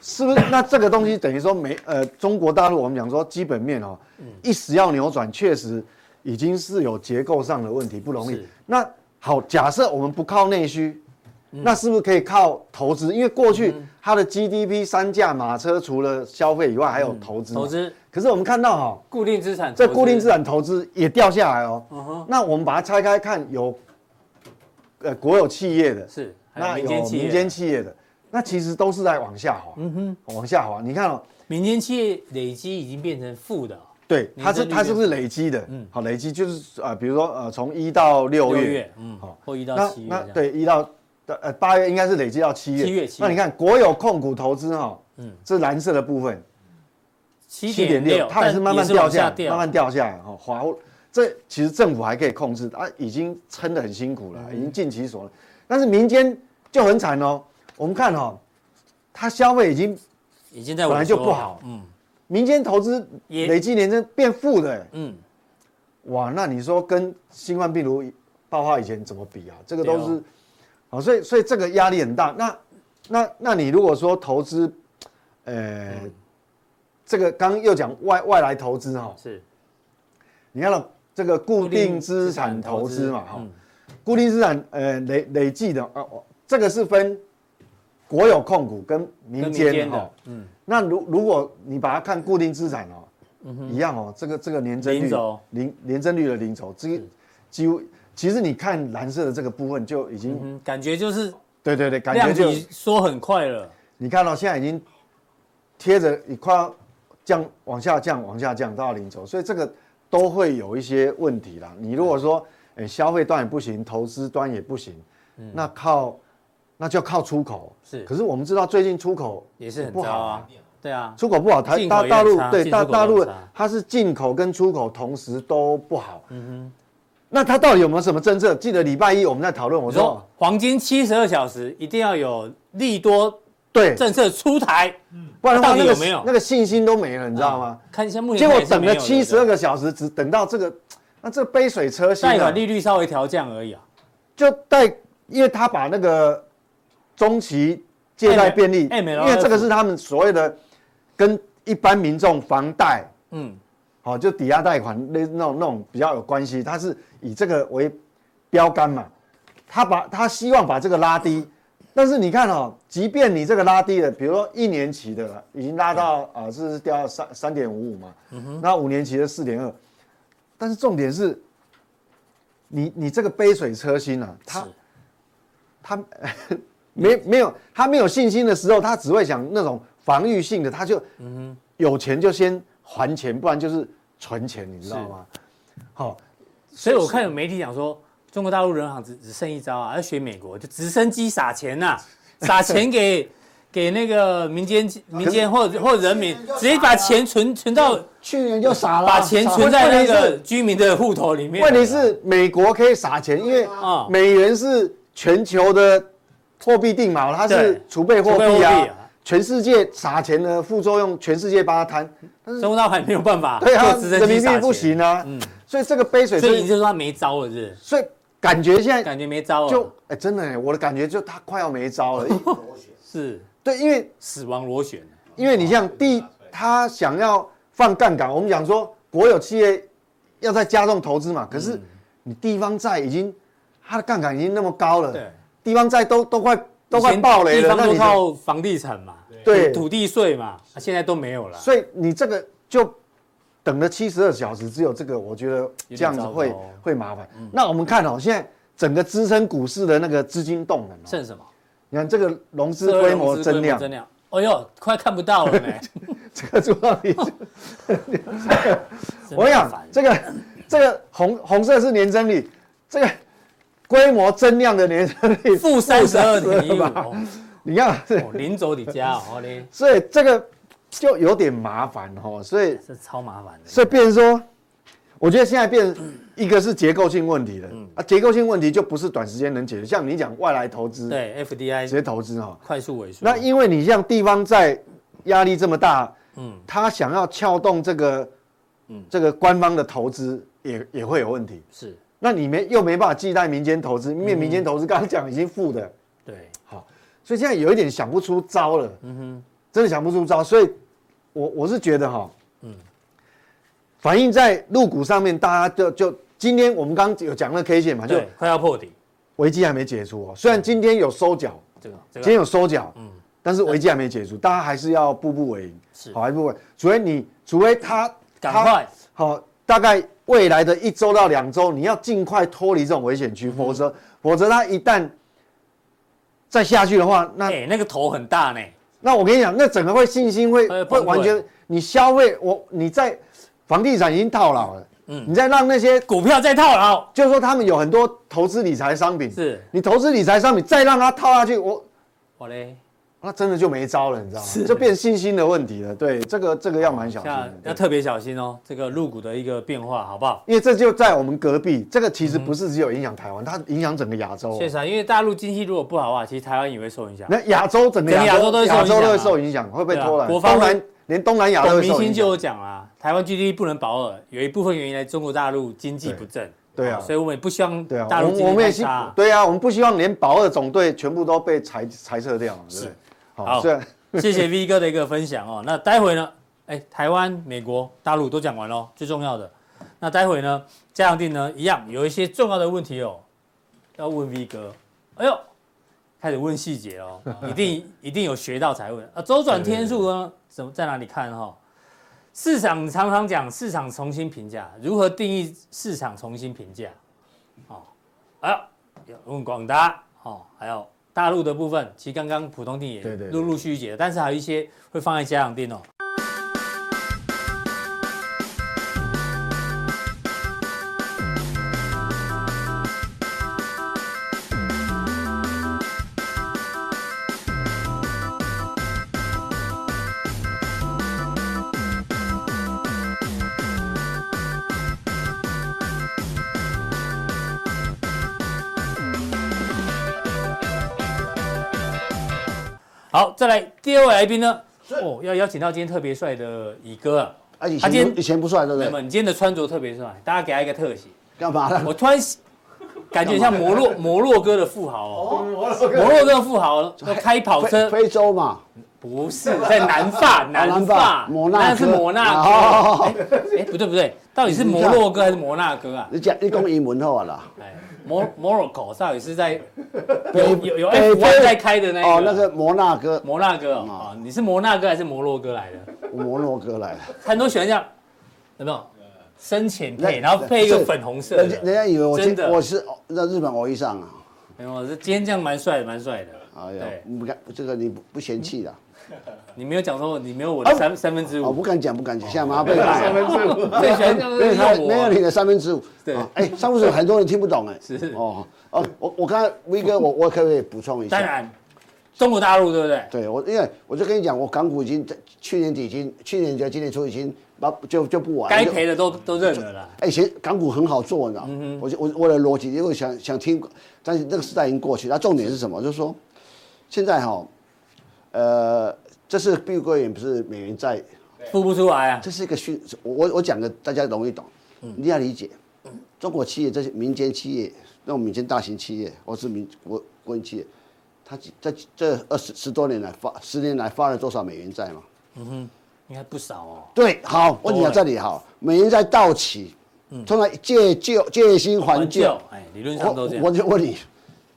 Speaker 4: 是不是？那这个东西等于说没呃，中国大陆我们讲说基本面哦，
Speaker 2: 嗯
Speaker 4: 一时要扭转，确实已经是有结构上的问题，不容易
Speaker 2: 是。
Speaker 4: 那好，假设我们不靠内需。
Speaker 2: 嗯
Speaker 4: 那是不是可以靠投资？因为过去它的 GDP 三驾马车除了消费以外，还有投资
Speaker 2: 嗯
Speaker 4: 嘛。
Speaker 2: 投资
Speaker 4: 可是我们看到哈、
Speaker 2: 固定资产，
Speaker 4: 这固定资
Speaker 2: 产
Speaker 4: 产投资也掉下来哦。
Speaker 2: 哼
Speaker 4: 那我们把它拆开看，有呃国有企业的，
Speaker 2: 是，还有
Speaker 4: 那
Speaker 2: 民
Speaker 4: 有
Speaker 2: 间企业，
Speaker 4: 民间企业的，那其实都是在往下滑，嗯哼，往下滑。你看哦，
Speaker 2: 民间企业累积已经变成负的哦，
Speaker 4: 对，
Speaker 2: 年
Speaker 4: 它
Speaker 2: 增
Speaker 4: 是
Speaker 2: 率
Speaker 4: 它
Speaker 2: 变
Speaker 4: 是不是累积的？嗯，好，累积就是呃，比如说呃，从一到六
Speaker 2: 六
Speaker 4: 月，
Speaker 2: 月，嗯，或一到
Speaker 4: 那
Speaker 2: 七月这
Speaker 4: 那
Speaker 2: 样。
Speaker 4: 对一到呃八月应该是累积到七月，
Speaker 2: 七月七月
Speaker 4: 那你看国有控股投资哈，嗯，这蓝色的部分，
Speaker 2: 七
Speaker 4: 七点六，它也
Speaker 2: 但
Speaker 4: 是慢慢
Speaker 2: 往
Speaker 4: 掉下，
Speaker 2: 掉
Speaker 4: 慢慢掉下来哈、哦，滑。这其实政府还可以控制，啊，已经撑得很辛苦了，
Speaker 2: 嗯
Speaker 4: 已经尽其所能。但是民间就很惨哦，我们看哦，它消费已经
Speaker 2: 已经在
Speaker 4: 本来
Speaker 2: 萎缩
Speaker 4: 就不好
Speaker 2: 嗯
Speaker 4: 民间投资
Speaker 2: 也
Speaker 4: 累积年增变负的、欸，
Speaker 2: 嗯，
Speaker 4: 哇，那你说跟新冠病毒爆发以前怎么比啊？这个都
Speaker 2: 对哦
Speaker 4: 是，好、所以所以这个压力很大。那那那你如果说投资，呃，
Speaker 2: 嗯
Speaker 4: 这个刚刚又讲外外来投资哈、
Speaker 2: 是
Speaker 4: 你看到这个固定资产投资嘛，
Speaker 2: 嗯
Speaker 4: 哈、固定资产呃累累计的呃，哦这个是分国有控股跟民
Speaker 2: 跟民
Speaker 4: 间
Speaker 2: 间
Speaker 4: 哈
Speaker 2: 的。，嗯，
Speaker 4: 那如如果你把它看固定资产哦，一样哦，这个这个年
Speaker 2: 嗯
Speaker 4: 增
Speaker 2: 零
Speaker 4: 率
Speaker 2: 轴
Speaker 4: 零年增率的零轴，这个几乎其实你看蓝色的这个部分就已经、
Speaker 2: 嗯，感觉就是
Speaker 4: 对对对，感
Speaker 2: 量
Speaker 4: 觉就
Speaker 2: 体缩很快了，
Speaker 4: 你看到、现在已经贴着你快要降往下降往下降到零轴，所以这个都会有一些问题啦。
Speaker 2: 嗯
Speaker 4: 你如果说诶、消费端也不行，投资端也不行，那靠那就靠出口
Speaker 2: 嗯是
Speaker 4: 可是我们知道最近出口
Speaker 2: 也是很
Speaker 4: 不
Speaker 2: 糟
Speaker 4: 好
Speaker 2: 啊，对啊，
Speaker 4: 出口不好，
Speaker 2: 进
Speaker 4: 台
Speaker 2: 口
Speaker 4: 大
Speaker 2: 也
Speaker 4: 大陆
Speaker 2: 很差
Speaker 4: 对
Speaker 2: 进
Speaker 4: 大
Speaker 2: 出口
Speaker 4: 大
Speaker 2: 也
Speaker 4: 陆
Speaker 2: 很差
Speaker 4: 它是进口跟出口同时都不好。嗯哼，那它到底有没有什么政策？记得礼拜一我们在讨论，我
Speaker 2: 我
Speaker 4: 说
Speaker 2: 说黄金七十二小时一定要有利多
Speaker 4: 对，
Speaker 2: 政策出台，
Speaker 4: 不然的话
Speaker 2: 到底
Speaker 4: 那个
Speaker 2: 有没有
Speaker 4: 那个信心都没了，你知道吗？
Speaker 2: 看一下目前
Speaker 4: 结果
Speaker 2: 还是
Speaker 4: 等
Speaker 2: 没
Speaker 4: 了
Speaker 2: 有的
Speaker 4: 七十二，
Speaker 2: 对
Speaker 4: 个小时，只等到这个，那这杯水车薪
Speaker 2: 贷
Speaker 4: 啊
Speaker 2: 款，利率稍微调降而已啊，
Speaker 4: 就贷，因为他把那个中期借贷便利，
Speaker 2: M-
Speaker 4: 因
Speaker 2: MLF
Speaker 4: 为这个是他们所谓的跟一般民众房贷，
Speaker 2: 嗯，
Speaker 4: 好、就抵押贷款那那种那种比较有关系，它是以这个为标杆嘛，他把他希望把这个拉低，但是你看哦，即便你这个拉低了，比如说一年期的了，已经拉到啊、呃是掉到三三点五五嘛，那五年期的四点二，但是重点是，你你这个杯水车薪啊，他
Speaker 2: 是
Speaker 4: 他没没有他没有信心的时候，他只会想那种防御性的，他就
Speaker 2: 嗯
Speaker 4: 有钱就先还钱，不然就是存钱，你知道吗？好、
Speaker 2: 所以我看有媒体讲说，中国大陆人行只只剩一招啊，要学美国，就直升机撒钱呐、撒钱给 给那个民间民间或者或者人民，直接把钱存存到
Speaker 3: 去年就傻了，
Speaker 2: 把
Speaker 4: 啊
Speaker 2: 钱存在那个居民的户头里面。
Speaker 4: 问题是美国可以撒钱，因为
Speaker 2: 啊
Speaker 4: 美元是全球的货币定锚，它是
Speaker 2: 对
Speaker 4: 储备货
Speaker 2: 储
Speaker 4: 币
Speaker 2: 备货
Speaker 4: 啊
Speaker 2: 币啊。
Speaker 4: 全世界撒钱的副作用，全世界帮他摊。
Speaker 2: 中国大陆还没有办法
Speaker 4: 对啊
Speaker 2: 做，直升
Speaker 4: 人
Speaker 2: 机
Speaker 4: 民
Speaker 2: 撒
Speaker 4: 币
Speaker 2: 钱，嗯
Speaker 4: 不行啊。所以这个杯水车
Speaker 2: 所以你就说他没招了，是不是？
Speaker 4: 所以感觉现在
Speaker 2: 感觉没招了，
Speaker 4: 就哎，真的哎，我的感觉就他快要没招 了。因
Speaker 2: 是
Speaker 4: 对，因为
Speaker 2: 死亡螺旋。
Speaker 4: 因为你像第，他想要放杠杆，我们讲说国有企业要再加重投资
Speaker 2: 嗯
Speaker 4: 嘛，可是你地方债已经它的杠杆已经那么高了，
Speaker 2: 对，
Speaker 4: 地方债都都快都
Speaker 2: 以
Speaker 4: 快
Speaker 2: 前
Speaker 4: 爆
Speaker 2: 地
Speaker 4: 雷了，
Speaker 2: 方
Speaker 4: 那
Speaker 2: 都
Speaker 4: 你的
Speaker 2: 靠房地产嘛，
Speaker 4: 对
Speaker 2: 土地税嘛，啊现在都没有了。
Speaker 4: 所以你这个就等了七十二小时，只有这个，我觉得
Speaker 2: 点
Speaker 4: 这样子
Speaker 2: 糟糕嗯
Speaker 4: 会会麻烦。那我们看哦，现在整个支撑股市的那个资金动能哦，
Speaker 2: 剩什么？
Speaker 4: 你看这个融资规模 增量，
Speaker 2: 增量。哎呦，快看不 到了呢。
Speaker 4: 这个主要 理由。我跟你讲，这个这个红红色是年增率，这个规模增量的年增率
Speaker 2: 负三十二点一五，
Speaker 4: 吧？
Speaker 2: 哦
Speaker 4: 你看
Speaker 2: 哦，临走你家哦，嘞，
Speaker 4: 所以这个就有点麻烦哦，所以
Speaker 2: 这超麻烦的。
Speaker 4: 所以变成说，我觉得现在变一个是结构性问题了，啊，结构性问题就不是短时间能解决，像你讲外来投资，，
Speaker 2: 对
Speaker 4: 直
Speaker 2: ，FDI
Speaker 4: 接投资哈，
Speaker 2: 快速萎缩，
Speaker 4: 那因为你像地方债压力这么大，嗯，他想要撬动这个，这个官方的投资也也会有问题，
Speaker 2: 是
Speaker 4: 那你没又没办法替代民间投资，因为民间投资刚刚讲已经负的，
Speaker 2: 对，
Speaker 4: 所以现在有一点想不出招了，嗯哼，真的想不出招，所以我我是觉得哈，嗯，反映在入股上面，大家就就今天我们刚有讲那个 K 线啊嘛，就
Speaker 2: 对，快要破底，
Speaker 4: 危机还没解除哦，虽然今天有收脚，
Speaker 2: 这个这
Speaker 4: 今天
Speaker 2: 个
Speaker 4: 有收脚，嗯，但是危机还没解除，大家还是要步步为营，
Speaker 2: 是
Speaker 4: 好，还步步为营，除非你，除非他
Speaker 2: 赶快，
Speaker 4: 好，大概未来的一周到两周，你要尽快脱离这种危险区，否则否则它一旦再下去的话，那
Speaker 2: 哎，那个头很大呢，
Speaker 4: 那我跟你讲，那整个会信心会
Speaker 2: 会
Speaker 4: 会
Speaker 2: 崩溃
Speaker 4: 完全，你消费我你在房地产已经套牢了，嗯，你再让那些
Speaker 2: 股票在套牢，
Speaker 4: 就是说他们有很多投资理财商品，
Speaker 2: 是
Speaker 4: 你投资理财商品再让它套下去，我
Speaker 2: 我嘞，
Speaker 4: 那真的就没招了，你知道吗？这变信心的问题了，对，这个这个要蛮小心
Speaker 2: 下
Speaker 4: 的，
Speaker 2: 要
Speaker 4: 对
Speaker 2: 特别小心哦，这个入股的一个变化，好不好？
Speaker 4: 因为这就在我们隔壁，这个其
Speaker 2: 嗯
Speaker 4: 实不是只有影响台湾，它影响整个亚洲哦、
Speaker 2: 确实啊，因为大陆经济如果不好的话，其实台湾也会受影响。
Speaker 4: 那亚洲整个
Speaker 2: 整个
Speaker 4: 亚
Speaker 2: 亚洲都会受
Speaker 4: 亚
Speaker 2: 影响
Speaker 4: 洲
Speaker 2: 啊
Speaker 4: 都会受影响，会被
Speaker 2: 对啊
Speaker 4: 拖了。
Speaker 2: 国防
Speaker 4: 东南连东南亚都
Speaker 2: 董
Speaker 4: 会
Speaker 2: 明
Speaker 4: 受
Speaker 2: 星
Speaker 4: 影
Speaker 2: 就有
Speaker 4: 响。
Speaker 2: 讲啦，台湾 GDP 不能保二，有一部分原因来中国大陆经济不振，
Speaker 4: 对对啊
Speaker 2: 所以我们也不希望
Speaker 4: 对啊，
Speaker 2: 大
Speaker 4: 我
Speaker 2: 陆
Speaker 4: 们
Speaker 2: 经
Speaker 4: 我
Speaker 2: 济
Speaker 4: 们也
Speaker 2: 太
Speaker 4: 希
Speaker 2: 差。
Speaker 4: 对啊，我们不希望连保二总队全部都被裁裁撤掉嘛，对不对
Speaker 2: 是？
Speaker 4: 好，
Speaker 2: 好
Speaker 4: 虽然
Speaker 2: 谢谢 V 哥的一个分享哦。那待会呢，哎，台湾、美国、大陆都讲完喽，最重要的。那待会呢，嘉阳定呢一样有一些重要的问题哦，要问 V 哥。哎呦，开始问细节哦，一定一定有学到才问啊。周转天数呢，怎么在哪里看哈、哦？市场常常讲市场重新评价，如何定义市场重新评价？哦，哎呦，有问广达哦，还有大陆的部分，其实刚刚普通店也
Speaker 4: 对对对
Speaker 2: 陆陆续续解了，但是还有一些会放在家长店哦。好，再来第二位来宾呢，哦，要邀请到今天特别帅的乙哥啊，
Speaker 3: 啊，以
Speaker 2: 他今
Speaker 3: 前
Speaker 2: 天
Speaker 3: 以前不帅，对不
Speaker 2: 那
Speaker 3: 对？
Speaker 2: 么你今天的穿着特别帅，大家给他一个特写。
Speaker 3: 干嘛呢？
Speaker 2: 我突然感觉像摩洛摩洛哥的富豪哦，摩洛哥富豪要开跑
Speaker 3: 非
Speaker 2: 车，
Speaker 3: 非洲嘛，
Speaker 2: 不是在南法，南
Speaker 3: 南
Speaker 2: 法
Speaker 3: 法，摩纳哥
Speaker 2: 那是摩纳
Speaker 3: 啊
Speaker 2: 哥。哎，哎不对不对，到底是摩洛哥还是摩纳哥啊？
Speaker 3: 你讲你讲英文好啊啦。
Speaker 2: 哎，摩 Morocco 到底是在有
Speaker 3: 北
Speaker 2: 有有
Speaker 3: 北
Speaker 2: F
Speaker 3: 非
Speaker 2: 1在哎开的那一个
Speaker 3: 哦，那个嗯摩纳哥，
Speaker 2: 摩纳哥哦，啊你是摩纳哥还是摩洛哥来的？
Speaker 3: 摩洛 哥来了，
Speaker 2: 很多喜欢这样，有没有？深浅配，
Speaker 3: 那
Speaker 2: 然后配一个
Speaker 3: 是
Speaker 2: 粉红色的
Speaker 3: 人家，人家以为我
Speaker 2: 真
Speaker 3: 今
Speaker 2: 的
Speaker 3: 我是那日本偶遇上啊。
Speaker 2: 没有，这今天这样蛮帅的，蛮帅的。
Speaker 3: 哎呀
Speaker 2: 对，
Speaker 3: 不敢，这个你不不嫌弃的，啊，
Speaker 2: 你没有讲说你没有我
Speaker 3: 哦
Speaker 2: 的三三分之
Speaker 3: 我
Speaker 2: 五，
Speaker 3: 不敢讲，不敢讲，现在
Speaker 2: 哦
Speaker 3: 马上被骂了。
Speaker 4: 三分之 五，
Speaker 2: 最喜欢这样
Speaker 3: 没有他，
Speaker 2: 用
Speaker 3: 没有
Speaker 2: 我。
Speaker 3: 你的三分之五。
Speaker 2: 对
Speaker 3: 啊哎，三分之五很多人听不懂哎。
Speaker 2: 是
Speaker 3: 哦哦，我我刚才威哥，我我可不可以补充一下？
Speaker 2: 当。然，中国大陆对不对？
Speaker 3: 对我，因为我就跟你讲，我港股已经在去年底已经，去年底今年初已经把就就不玩了。
Speaker 2: 该
Speaker 3: 就
Speaker 2: 赔的都嗯都认了啦。
Speaker 3: 哎，以前港股很好做，你知道吗？我就我我的逻辑，因为我想想听，但是那个时代已经过去。那重点是什么？就是说，现在哈、呃，这是碧桂园不是美元债，
Speaker 2: 付不出来啊，
Speaker 3: 这是一个虚，我我讲的大家容易懂，你要理解。中国企业这些民间企业，那种民间大型企业，或是民国国营企业，它这这二十十多年来发十年来发了多少美元债嘛？
Speaker 2: 应该不少哦。
Speaker 3: 对，好，问题在这里好，美元债到期，
Speaker 2: 嗯
Speaker 3: 通常借旧借新还旧。，
Speaker 2: 哎，理论上都
Speaker 3: 我
Speaker 2: 这
Speaker 3: 我
Speaker 2: 样，
Speaker 3: 就问你，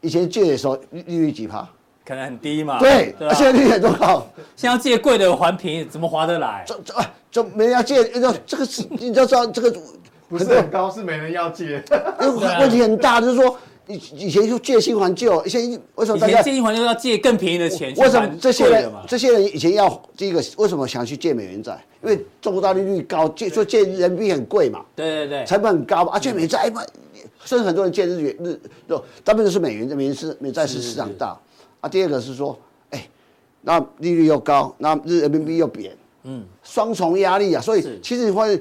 Speaker 3: 以前借的时候利利率几趴？
Speaker 2: 可能很低嘛。
Speaker 3: 对，
Speaker 2: 啊对
Speaker 3: 而
Speaker 2: 吧？
Speaker 3: 且利率很多高，
Speaker 2: 现在借贵的还便宜，怎么划得来？
Speaker 3: 这这哎这没人要借，这这个是你知道这个
Speaker 4: 不是很高，是没人要接。
Speaker 2: 啊
Speaker 3: 问题很大，就是说以以前就借新还哦旧，现在为什
Speaker 2: 以
Speaker 3: 么大
Speaker 2: 前
Speaker 3: 家
Speaker 2: 建议还就要借更便宜的钱去
Speaker 3: 为什么
Speaker 2: 还
Speaker 3: 这些
Speaker 2: 贵的
Speaker 3: 人
Speaker 2: 嘛
Speaker 3: 这些人以前要第一个为什么想去借美元债？因为中国大利率高，借说借人民币很贵嘛。
Speaker 2: 对对对，
Speaker 3: 成本很高嘛，啊，借美债嘛，甚至很多人借日元日，就他们就是美元，美元是美债是市场大啊。第二个是说，哎，那利率又高，那日人民币又贬，嗯，双重压力啊。所以
Speaker 2: 是
Speaker 3: 其实你发现，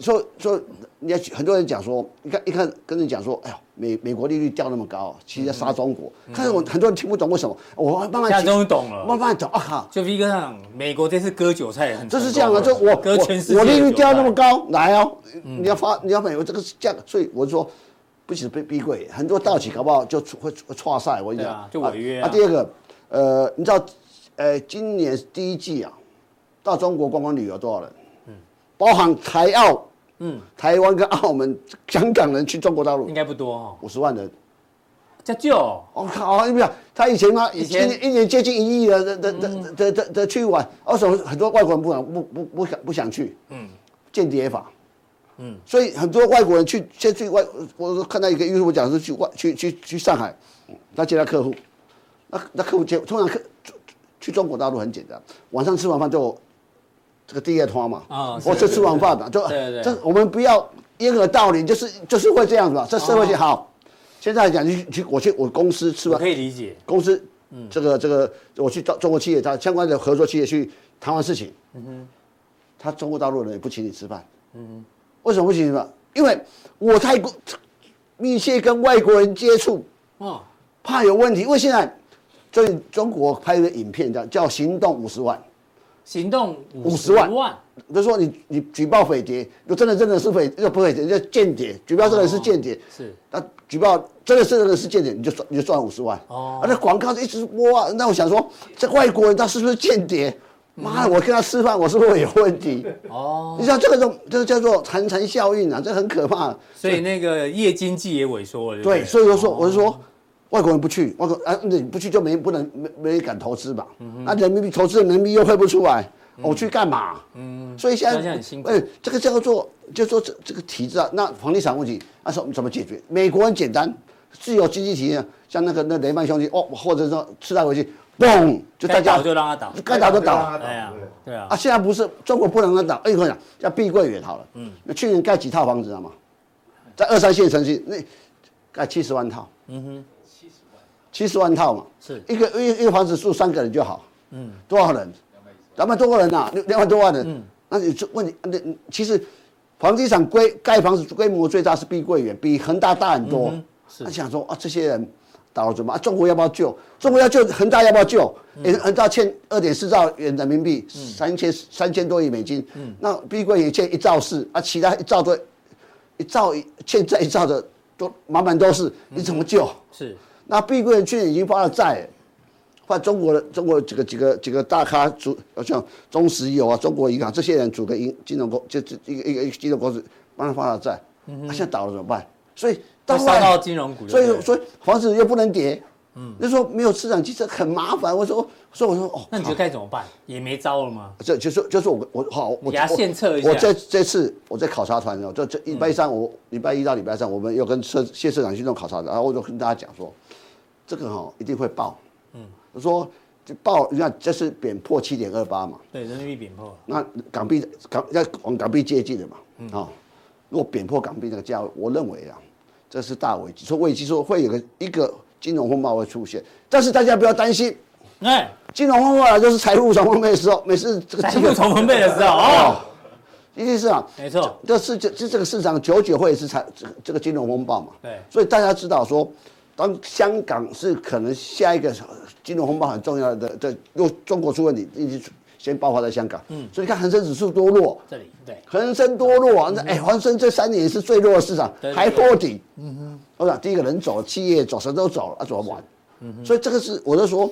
Speaker 3: 说说，你看很多人讲说，你看一看跟人讲说，哎呀，美美国利率掉那么高，其实在杀中国。看是我很多人听不懂为什么，我慢慢
Speaker 2: 嗯现在
Speaker 3: 解
Speaker 2: 终于懂了
Speaker 3: 慢慢懂啊靠。
Speaker 2: 就 V 哥上，美国这次割韭菜也很
Speaker 3: 这
Speaker 2: 成功，
Speaker 3: 是这样的，这我
Speaker 2: 割全世界
Speaker 3: 我我利
Speaker 2: 的韭嗯
Speaker 3: 率
Speaker 2: 菜
Speaker 3: 掉那么，高，来哦，你要发你要美国这个是这样的，所以我就说，不仅是被逼贵，很多到期搞不好就出会会错赛，我跟你
Speaker 2: 对啊
Speaker 3: 讲，
Speaker 2: 就违约啊
Speaker 3: 啊。第二个，呃，你知道，呃，今年第一季啊，到中国观光旅游多少人？
Speaker 2: 嗯
Speaker 3: 包含台澳，嗯，台湾跟澳门、香港人去中国大陆
Speaker 2: 应该不多哦，
Speaker 3: 五十万人。
Speaker 2: 这就
Speaker 3: 我靠！你不要，他以前嘛，以
Speaker 2: 前嗯
Speaker 3: 前一年接近一亿的的的的的的的去玩，为什么很多外国人不想不不不想不想去？嗯，间谍法。嗯，所以很多外国人去先去外，我看到一个 y o u 讲是去外去去去上海，他接待客户，那那客户接通常客去中国大陆很简单，晚上吃完饭就这个第二摊嘛，
Speaker 2: 啊
Speaker 3: 我
Speaker 2: 是
Speaker 3: 就吃完饭嘛，就
Speaker 2: 对对
Speaker 3: 这我们不要因何道理，就是就是会这样子嘛，这社
Speaker 2: 哦
Speaker 3: 会就好。现在讲，你去我去我公司吃
Speaker 2: 我
Speaker 3: 完
Speaker 2: 可以理解，
Speaker 3: 公司，这个这个，我去中中国企业，他相关的合作企业去谈完事情，他中国大陆人也不请你吃饭，为什么不请你吃饭？因为我太过密切跟外国人接触，
Speaker 2: 哦，
Speaker 3: 怕有问题。因为现在最近中国拍一个影片叫叫《行动五十万
Speaker 2: 行动
Speaker 3: 50万就是说你你举报匪谍，如果真的真的是匪，又不匪谍，叫间谍，举报这个人是间谍，
Speaker 2: 是
Speaker 3: 那举报真的是这个是间谍，你就算你就赚五十万。
Speaker 2: 哦
Speaker 3: 啊，那广告一直播啊，那我想说，这外国人他是不是间谍？妈的，我跟他吃饭，我是不是有问题？
Speaker 2: 嗯哦，
Speaker 3: 你知道这个种，这个叫做寒蝉效应啊，这很可怕。
Speaker 2: 所以那个夜经济也萎缩了，
Speaker 3: 对，哦
Speaker 2: 不
Speaker 3: 所以我说，我是说，外国人不去，外国啊，你不去就没不能没没人敢投资嘛。那人民币投资人民币又汇不出来，我去干嘛？嗯，所以现
Speaker 2: 那这样
Speaker 3: 在
Speaker 2: 很辛苦
Speaker 3: 哎，这个叫做就说这这个体制啊，那房地产问题，那时候怎么解决？美国很简单，自由经济体啊，像那个那雷曼兄弟哦，或者说吃到回去，嘣，就大
Speaker 2: 该
Speaker 3: 家
Speaker 2: 倒就让他倒，
Speaker 3: 该倒就
Speaker 4: 让
Speaker 3: 倒
Speaker 4: 他。
Speaker 2: 哎呀，对啊
Speaker 3: 啊，，现在不是中国不能够打，哎，我跟你讲，叫碧桂园好了，嗯，那去年盖几套房子知道吗？在二三线城市，那盖啊七十万套，嗯哼，七十万，七十万套嘛，
Speaker 2: 是
Speaker 3: 一个一个一个房子住三个人就好，嗯，多少人？两百多个人呐，六两百多万人，嗯，那你就问你，那你其实房地产规盖房子规模最大是碧桂园，比恒大大很多，
Speaker 2: 是
Speaker 3: 他想说啊，这些人倒了怎么办？啊中国要不要救？中国要救，恒大要不要救？诶恒大欠二点四兆元人民币，三千三千多亿美金。那碧桂园欠一兆四，啊，其他一兆多，一兆一欠债一兆的都满满都是，你怎么救？
Speaker 2: 是
Speaker 3: 那碧桂园去年已经发了债，换中国的中国几个几个几个大咖组，像中石油啊、中国银行这些人组个银金融公，就就一个一个一个金融公司帮他发了债，
Speaker 2: 嗯
Speaker 3: 他现在倒了怎么办？所以到
Speaker 2: 会
Speaker 3: 后
Speaker 2: 杀
Speaker 3: 来
Speaker 2: 到金融股就
Speaker 3: 所
Speaker 2: 对了，
Speaker 3: 以所以房子又不能跌，嗯，就说没有市场机制很麻烦。我说所以我说哦，
Speaker 2: 那你觉得
Speaker 3: 好
Speaker 2: 该怎么办？也没招了吗？
Speaker 3: 这就是就是我我好，我
Speaker 2: 给他
Speaker 3: 我
Speaker 2: 献策一下
Speaker 3: 我这这次我在考察团哦，就这礼拜三我礼拜一到礼拜三，我们又跟社谢社长去弄考察的，然后我就跟大家讲说，这个哈一定会爆，嗯，我说这爆，你看这是贬破七点二八嘛，
Speaker 2: 对，人民币贬破了，
Speaker 3: 那港币港要往港币接近的嘛，
Speaker 2: 嗯
Speaker 3: 啊、如果贬破港币那个价位，我认为啊，这是大危机。所以危机说会有个一个金融风暴会出现，但是大家不要担心，
Speaker 2: 哎，
Speaker 3: 金融风暴来就是财富重分配的时候，每次这个
Speaker 2: 财
Speaker 3: 金
Speaker 2: 富
Speaker 3: 融
Speaker 2: 重分配的时候哦，
Speaker 3: 一定是啊，
Speaker 2: 没错，
Speaker 3: 这市这这这个市场久久会是产这个这个金融风暴嘛？
Speaker 2: 对
Speaker 3: 所以大家知道说，当香港是可能下一个金融风暴很重要的，这又中国出问题，一直先爆发在香港。嗯，所以你看恒生指数多弱，
Speaker 2: 这里对，
Speaker 3: 恒生多弱啊！那哎，恒生这三年是最弱的市场
Speaker 2: 嗯对，对
Speaker 3: 还破底。嗯哼，我想第一个人走，企业走，谁都走了，啊，怎么玩？嗯所以这个是我就说，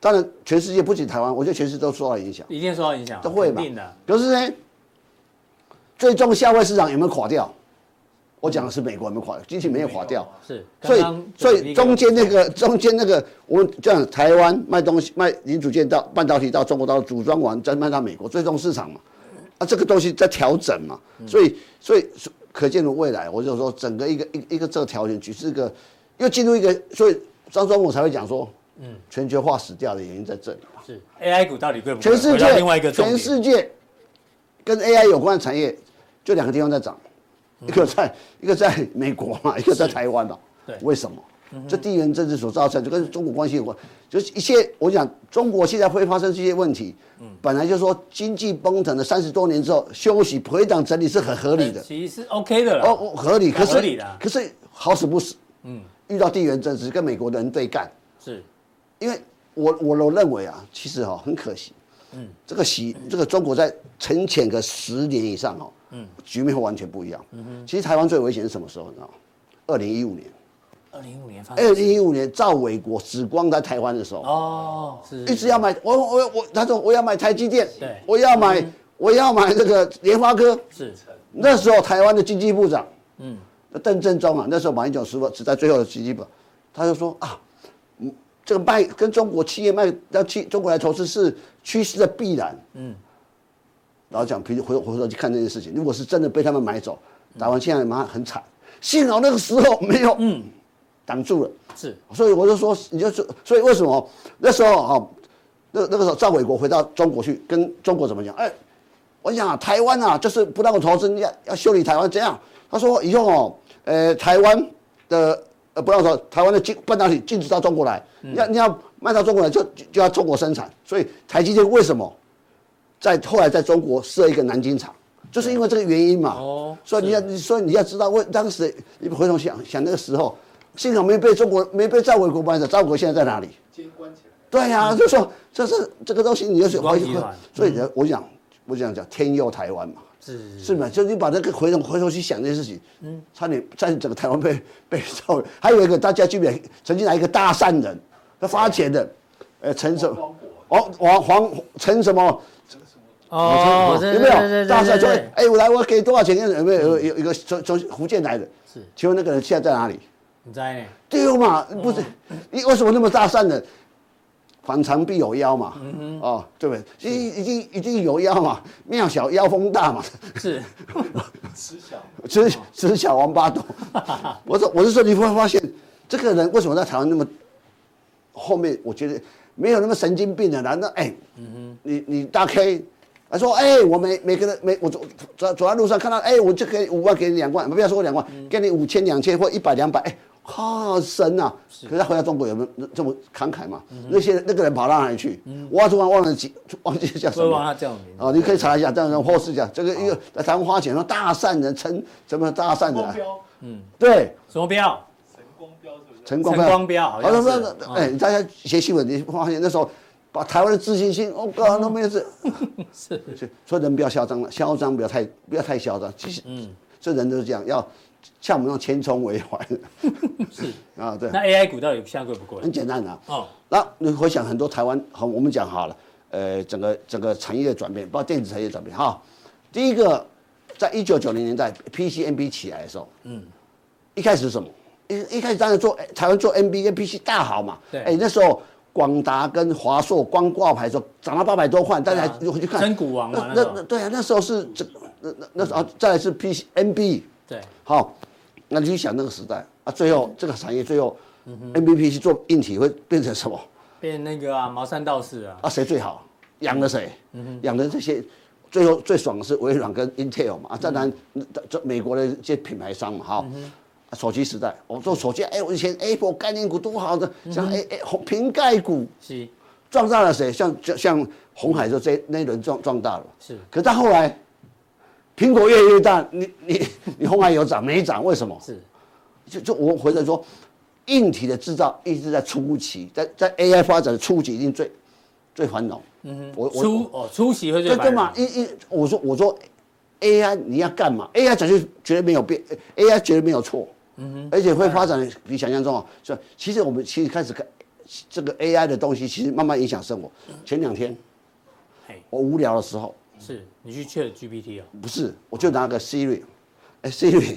Speaker 3: 当然全世界不仅台湾，我觉得全世界都受到影响，
Speaker 2: 一定受到影响，
Speaker 3: 都会
Speaker 2: 肯
Speaker 3: 嘛
Speaker 2: 定的，。
Speaker 3: 可是呢，最终消费市场有没有垮掉？我讲的是美国有没有垮，经济没有垮掉。
Speaker 2: 是，
Speaker 3: 所以
Speaker 2: 嗯刚刚
Speaker 3: 所
Speaker 2: 这个
Speaker 3: 以中间那个中间那个，我们这样台湾卖东西卖零组件到半导体到中国大陆组装完，再卖到美国最终市场嘛，啊，这个东西在调整嘛，
Speaker 2: 嗯
Speaker 3: 所以所以所可见的未来，我就说整个一个一个一个这个调整局是一个又进入一个，所以张忠谋才会讲说，嗯，全球化死掉的原因在这里嘛，
Speaker 2: 是 AI 股到底贵不贵？
Speaker 3: 全世
Speaker 2: 回到
Speaker 3: 界
Speaker 2: 另外一个重
Speaker 3: 全
Speaker 2: 点，
Speaker 3: 世界跟 AI 有关的产业就两个地方在涨，一个在一个在美国嘛，一个在台湾嘛，
Speaker 2: 对嗯
Speaker 3: 为什么？这地缘政治所造成，就跟中国关系有关，就是一切。我讲中国现在会发生这些问题，
Speaker 2: 嗯
Speaker 3: 本来就说经济崩腾了三十多年之后，休息回档整理是很合理的，
Speaker 2: 其实是 OK 的啦。
Speaker 3: 哦，哦合理。可
Speaker 2: 合理啊
Speaker 3: 是
Speaker 2: 啦
Speaker 3: 可是好死不死，嗯，遇到地缘政治跟美国的人对干，
Speaker 2: 是，
Speaker 3: 因为我我我认为啊，其实哦很可惜，嗯，这个习这个中国在沉潜个十年以上哦，嗯，局面会完全不一样。嗯其实台湾最危险是什么时候？你知道吗？二零一五年，
Speaker 2: 二零一五年发生
Speaker 3: 二零一五年赵伟国紫光在台湾的时候，
Speaker 2: 啊哦，是
Speaker 3: 一直要买，我我我，他说我要买台积电，
Speaker 2: 对
Speaker 3: 我要买、我要买这个联发科。
Speaker 2: 是
Speaker 3: 那时候台湾的经济部长，嗯，邓正中啊，那时候马英九时是在最后的经济部长，他就说啊，嗯，这个卖跟中国企业卖要去中国来投资是趋势的必然，嗯，老蒋平回回头去看这件事情，如果是真的被他们买走，台湾现在马上很惨，幸好那个时候没有，嗯，挡住了。
Speaker 2: 是
Speaker 3: 所以我就说，你就说，所以为什么那时候哦哈、那那个时候赵伟国回到中国去，跟中国怎么讲？哎，我想、啊、台湾啊，就是不让我投资，你要要修理台湾怎样？他说以后哦，呃，台湾的呃不让说台湾的禁半导体禁止到中国来，你要你要卖到中国来就就就要中国生产，所以台积电为什么在后来在中国设一个南京厂？就是因为这个原因嘛，
Speaker 2: 哦
Speaker 3: 所以你要你说你要知道，为当时你回头想想那个时候，幸好没被中国没被赵伟国买走，赵伟国现在在哪里？对呀、就说这是这个东西，你就是
Speaker 2: 嗯光嗯
Speaker 3: 回
Speaker 2: 集团
Speaker 3: 所以人我讲，我讲讲天佑台湾嘛，
Speaker 2: 是
Speaker 3: 是吧？就你把这个回头回头去想这件事情，嗯，差点差点整个台湾被被烧了。还有一个大家记不记得曾经来一个大善人，他发钱的，呃，陈什么王王黄陈什么？
Speaker 2: 哦，对
Speaker 3: 有
Speaker 2: 对
Speaker 3: 没
Speaker 2: 对对
Speaker 3: 有？
Speaker 2: 对
Speaker 3: 大善说
Speaker 2: 对对，
Speaker 3: 哎，我来，我给多少钱？有没有有有一个从从福建来的？
Speaker 2: 是
Speaker 3: 请问那个人现在在哪里？
Speaker 2: 你在呢？
Speaker 3: 对嘛，不是你为什么那么大善呢？反常必有妖嘛，哦，对不对？已经已经已经有妖嘛，庙小妖风大嘛，
Speaker 2: 是
Speaker 3: 只只小王八蛋。我说我是说，你会发现这个人为什么在台湾那么后面？我觉得没有那么神经病的难道哎，你你大 K，他说哎，我每每个人每我走走走在路上看到哎，我就给你五万，给你两万，不要说我两万，给你五千、两千或一百、两百，哎。好神啊！可是他回到中国有没有这么慷慨嘛？那些人那个人跑到哪里去？我突然忘了几，忘记叫什
Speaker 2: 会
Speaker 3: 么。
Speaker 2: 忘他叫名字。
Speaker 3: 啊，你可以查一下，但是或是讲这个一个在台湾花钱，说大善人陈什么大善人啊，对，
Speaker 2: 什么标？
Speaker 3: 陈光
Speaker 2: 嗯陈光标好像是嗯
Speaker 3: 那那哎，大家写新闻，你发现那时候把台湾的自信心，哦我靠，都没有这，
Speaker 2: 是
Speaker 3: 所以所以人不要嚣张了，嚣张不要太不要太嚣张，其实嗯，这人都是这样，要像我们那种千冲 为怀的，是 啊，对，
Speaker 2: 那 AI 股到底下跪不跪
Speaker 3: 很？简单啊，
Speaker 2: 哦，
Speaker 3: 那你回想很多台湾，好，我们讲好了，呃，整个整个产业的转变，包括电子产业转变哈。第一个，在一九九零年代 PCNB 起来的时候，嗯，一开始是什么？一一开始当然做哎台湾做 NB 跟 PC 大好嘛，
Speaker 2: 对
Speaker 3: 哎那时候广达跟华硕光挂牌的时候涨到八百多块，大家还
Speaker 2: 对啊
Speaker 3: 回去看
Speaker 2: 真股王嘛那时
Speaker 3: 那那
Speaker 2: 候
Speaker 3: 那对啊，那时候是这那那那时候啊再来是 PCNB，
Speaker 2: 对，
Speaker 3: 好，那你去想那个时代啊，最后这个产业最后 NBP 去做硬体会变成什么？
Speaker 2: 变那个啊，茅山道士啊，
Speaker 3: 啊，谁最好？养了谁？养了这些，最后最爽的是微软跟 Intel 嘛，啊，当然这美国的这些品牌商嘛，哈。啊手机时代，我做手机，哎，我以前 Apple 概念股多好的，像哎哎红瓶盖股
Speaker 2: 是
Speaker 3: 壮大了谁？像像像红海就这那一轮壮壮大了。
Speaker 2: 是
Speaker 3: 可是到后来，苹果越来越大，你你你红海有涨没涨？为什么？
Speaker 2: 是
Speaker 3: 就就我回来说，硬体的制造一直在初期，在在 AI 发展的初期一定最最繁荣。嗯哼，我我
Speaker 2: 出哦出席会最
Speaker 3: 对
Speaker 2: 烦
Speaker 3: 对
Speaker 2: 人
Speaker 3: 嘛，一一我说我说 AI 你要干嘛？AI 绝对绝对没有变，AI 绝对没有错。嗯哼，而且
Speaker 2: 啊
Speaker 3: 会发展得比想象中好。所以其实我们其实开始看这个 AI 的东西，其实慢慢影响生活。前两天
Speaker 2: 嘿
Speaker 3: 我无聊的时候，
Speaker 2: 是你去 Chat GPT 哦
Speaker 3: 不是我就拿个 Siri，哎 Siri，
Speaker 2: 哎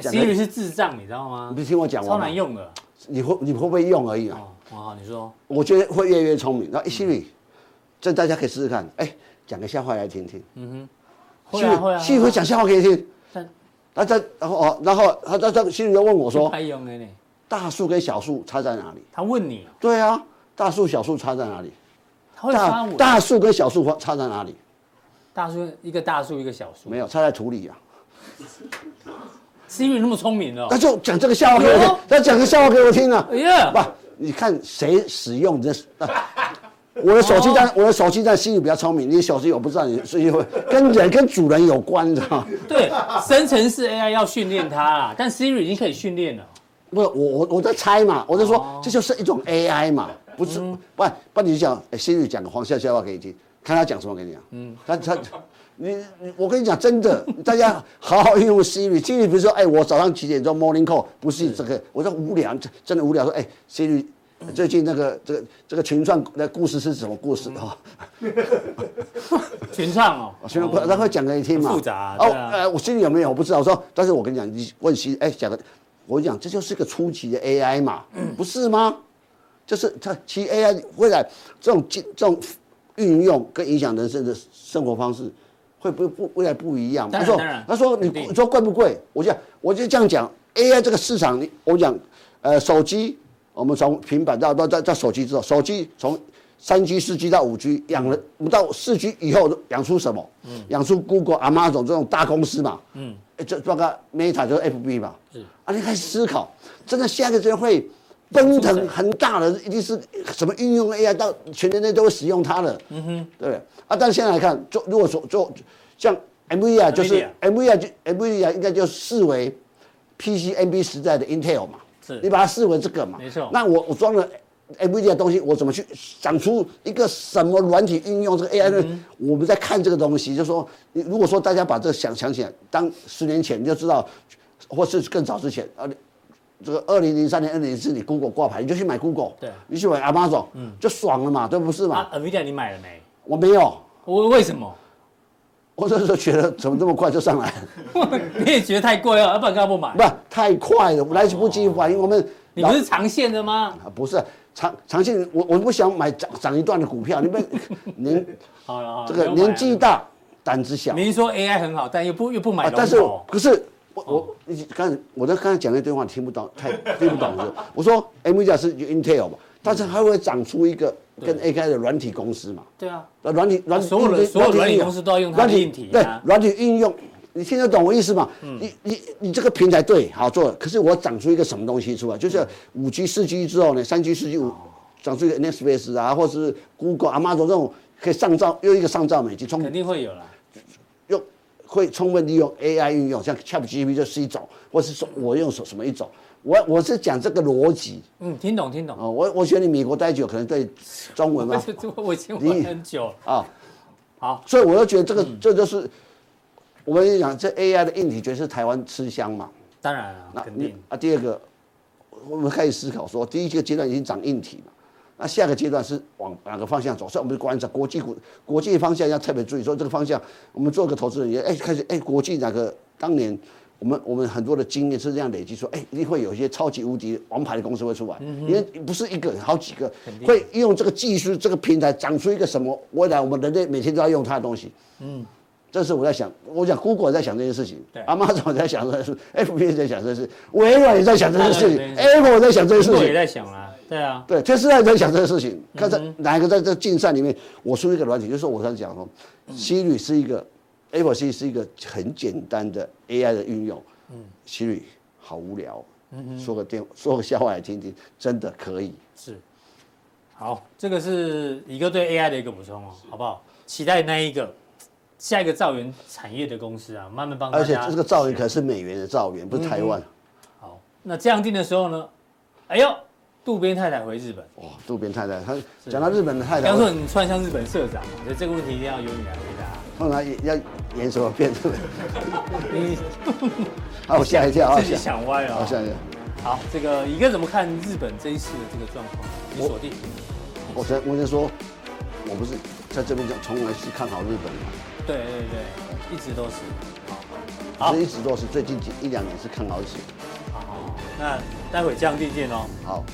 Speaker 3: 讲个
Speaker 2: ，Siri 是智障，你知道吗
Speaker 3: 你不？是听我讲
Speaker 2: 超
Speaker 3: 完吗
Speaker 2: 难？用的
Speaker 3: 你会你会不会用而已啊？
Speaker 2: 哦，哦，你说
Speaker 3: 我觉得会越来越聪明。然后
Speaker 2: 嗯
Speaker 3: 哎 Siri，这大家可以试试看，哎，讲个笑话来听听。
Speaker 2: 会啊会啊，
Speaker 3: Siri 会讲笑话给你听。
Speaker 2: 但
Speaker 3: 他在然后哦，然后他他他 Siri 就问我说
Speaker 2: 还用的呢，：“
Speaker 3: 大树跟小树差在哪里
Speaker 2: 他问你哦，？”
Speaker 3: 对啊，大树小树差在哪里？
Speaker 2: 他会发
Speaker 3: 大
Speaker 2: 我
Speaker 3: 大树跟小树差在哪里？
Speaker 2: 大树一个大树一个小树
Speaker 3: 没，有，差在土里啊。
Speaker 2: Siri 那么聪明哦
Speaker 3: 那。就讲这个笑话给我
Speaker 2: 有
Speaker 3: 听，那讲个笑话给我听啊
Speaker 2: 哎！呀，
Speaker 3: 不，你看谁使用你的？我的手机
Speaker 2: 哦
Speaker 3: 在，我的手机在心里比较聪明，你手机我不知道你是因为跟人跟主人有关的。
Speaker 2: 对，生成式 AI 要训练它啦， 但 Siri 已经可以训练了。
Speaker 3: 不，我我我在猜嘛，我在说、这就是一种 AI 嘛，不是？不然不然你讲，哎、心里讲个黄笑笑话给你听，看他讲什么给你讲。嗯，他他。你你我跟你讲，真的，大家好好运用 Siri。Siri 比如说，哎、我早上几点钟 morning call 不是这个，我说无聊，真真的无聊。说，哎、s i r i 最近那个这个这个群创的故事是什么故事啊？
Speaker 2: 全唱哦，
Speaker 3: 我全部他会讲给你听嘛，
Speaker 2: 很复杂啊
Speaker 3: 哦
Speaker 2: 对啊，
Speaker 3: 呃，我心里有没有我不知道。我说，但是我跟你讲，你问西，哎，讲个，我跟你讲，这就是个初级的 AI 嘛，
Speaker 2: 嗯
Speaker 3: 不是吗？就是它其实 AI 未来这种进这种运用跟影响人生的生活方式，会不不未来不一样。
Speaker 2: 当然
Speaker 3: 他说
Speaker 2: 当然
Speaker 3: 他说你
Speaker 2: 肯定
Speaker 3: 你说贵不贵？我讲我就这样讲，AI 这个市场，你我讲，呃，手机我们从平板到到到到手机之后，手机从三 G、四 G 到五 G 养了，五到四 G 以后养出什么？养出 Google、Amazon 这种大公司嘛。嗯，这包括 Meta 就是 FB 嘛。
Speaker 2: 是
Speaker 3: 啊，你开始思考，真的下一个就会奔腾很大的，一定是什么运用 AI 到全人类都会使用它的，嗯哼，对不对？啊，但现在来看，做如果说做像 MV 啊，就是 MV 啊，就 MV 啊，应该就视为 PC MB 时代的 Intel 嘛，
Speaker 2: 是
Speaker 3: 你把它视为这个嘛，
Speaker 2: 没错
Speaker 3: 那我我装了。MVD 的东西，我怎么去想出一个什么软体运用这个
Speaker 2: 嗯
Speaker 3: AI 呢？我们在看这个东西，就说，你如果说大家把这个想想起来，当十年前你就知道，或是更早之前，啊，你这个二零零三年、二零零四你 Google 挂牌，你就去买 Google，
Speaker 2: 对
Speaker 3: 你去买 Amazon，嗯，就爽了嘛，这不是嘛？
Speaker 2: 啊，NVIDIA 你买了没？
Speaker 3: 我没有，
Speaker 2: 我为什么？
Speaker 3: 我那时候觉得怎么这么快就上来，
Speaker 2: 你也觉得太贵了，要不然干嘛不买？
Speaker 3: 不太快了，我来不及反应。我们
Speaker 2: 哦你不是长线的吗？
Speaker 3: 啊不是长长线，我我不想买涨涨一段的股票，你 们年
Speaker 2: 好了，好了
Speaker 3: 这个
Speaker 2: 啊不用买了
Speaker 3: 年纪大，胆子小
Speaker 2: 明明说 AI 很好，但又不又不买
Speaker 3: 啊，
Speaker 2: 龙
Speaker 3: 但是
Speaker 2: 头哦
Speaker 3: 我可是我我你刚才我在刚才讲那段话你听不懂，太听不懂是？我说哎 M 甲是 Intel 嘛，但是它会长出一个跟 AI 的软体公司嘛。
Speaker 2: 对啊，
Speaker 3: 那软体软
Speaker 2: 所有的
Speaker 3: 软
Speaker 2: 所有软体
Speaker 3: 应用
Speaker 2: 公司都要用它的
Speaker 3: 软体
Speaker 2: 硬体
Speaker 3: 对
Speaker 2: 啊嗯
Speaker 3: 软体应用，你听得懂我意思吗？你你你这个平台对好做，可是我长出一个什么东西出来？
Speaker 2: 嗯
Speaker 3: 就是五 G、四 G 之后呢，三 G、四 G
Speaker 2: 哦
Speaker 3: 五长出一个 n e s p a c e 啊，或是 Google、Amazon 这种可以上兆又一个上兆美金，充
Speaker 2: 肯定会有啦。
Speaker 3: 用会充分利用 AI 运用，像 ChatGPT 就是一种，或是说我用什什么一种，我我是讲这个逻辑
Speaker 2: 嗯，听懂听懂。
Speaker 3: 啊、我我觉得你美国待久，可能对中文
Speaker 2: 我
Speaker 3: 啊
Speaker 2: 这这我已经玩很久了。
Speaker 3: 啊，
Speaker 2: 好，
Speaker 3: 所以我就觉得这个、这就是我们讲这 AI 的硬体，绝对是台湾吃香嘛。
Speaker 2: 当然了，肯
Speaker 3: 你
Speaker 2: 定
Speaker 3: 啊，第二个，我们开始思考说，第一个阶段已经涨硬体嘛，那下个阶段是往哪个方向走？所以我们观察国际股、国际方向要特别注意。说这个方向，我们做个投资人也哎开始哎，国际哪个当年我们我们很多的经验是这样累积说，哎，一定会有一些超级无敌王牌的公司会出来，
Speaker 2: 嗯
Speaker 3: 因为不是一个好几个会用这个技术、这个平台长出一个什么未来我们人类每天都要用它的东西。这是我在想，我讲 Google 在想这件事情
Speaker 2: 对，
Speaker 3: 阿妈总在想这件事，FB 在想这件事，微软也在想这件事
Speaker 2: 当然
Speaker 3: 情
Speaker 2: 对
Speaker 3: ，Apple 也在想这件事
Speaker 2: 我也
Speaker 3: 情，
Speaker 2: 在嗯想啦。对啊，
Speaker 3: 对，特斯拉也在想这件事情。看在哪一个在这竞赛里面，我出一个软体，就是我刚才讲说，西律是一个 Apple Siri 是一个很简单的 AI 的运用，嗯，Siri 好无聊，哦
Speaker 2: 嗯
Speaker 3: 说个电说个笑话来听听，真的可以。
Speaker 2: 是。好，这个是一个对 AI 的一个补充哦，好不好？期待那一个下一个造园产业的公司啊，慢慢帮大
Speaker 3: 而且
Speaker 2: 家嗯
Speaker 3: 这。个造园可是美元的造园，不是台湾。
Speaker 2: 好，那降定的时候呢？哎呦，渡边太太回日本，
Speaker 3: 哇，渡边太太，她讲到日本的太太
Speaker 2: 刚，说你穿像日本社长，我觉得这个问题一定要由你来回 答。
Speaker 3: 后来也要演什么变成。
Speaker 2: 你
Speaker 3: 啊，我吓一跳，啊，
Speaker 2: 自己
Speaker 3: 吓，
Speaker 2: 想歪了
Speaker 3: 啊，
Speaker 2: 哦。
Speaker 3: 吓一跳，
Speaker 2: 好，这个一个怎么看日本这一次的这个状况？你锁定
Speaker 3: 我才我才说，我不是在这边讲，从来是看好日本
Speaker 2: 对对对，一直都是。好，
Speaker 3: 嘛，
Speaker 2: 好
Speaker 3: 这，一直都是最近几一两年是看好日本。
Speaker 2: 好好，好那待会降定见哦。
Speaker 3: 好，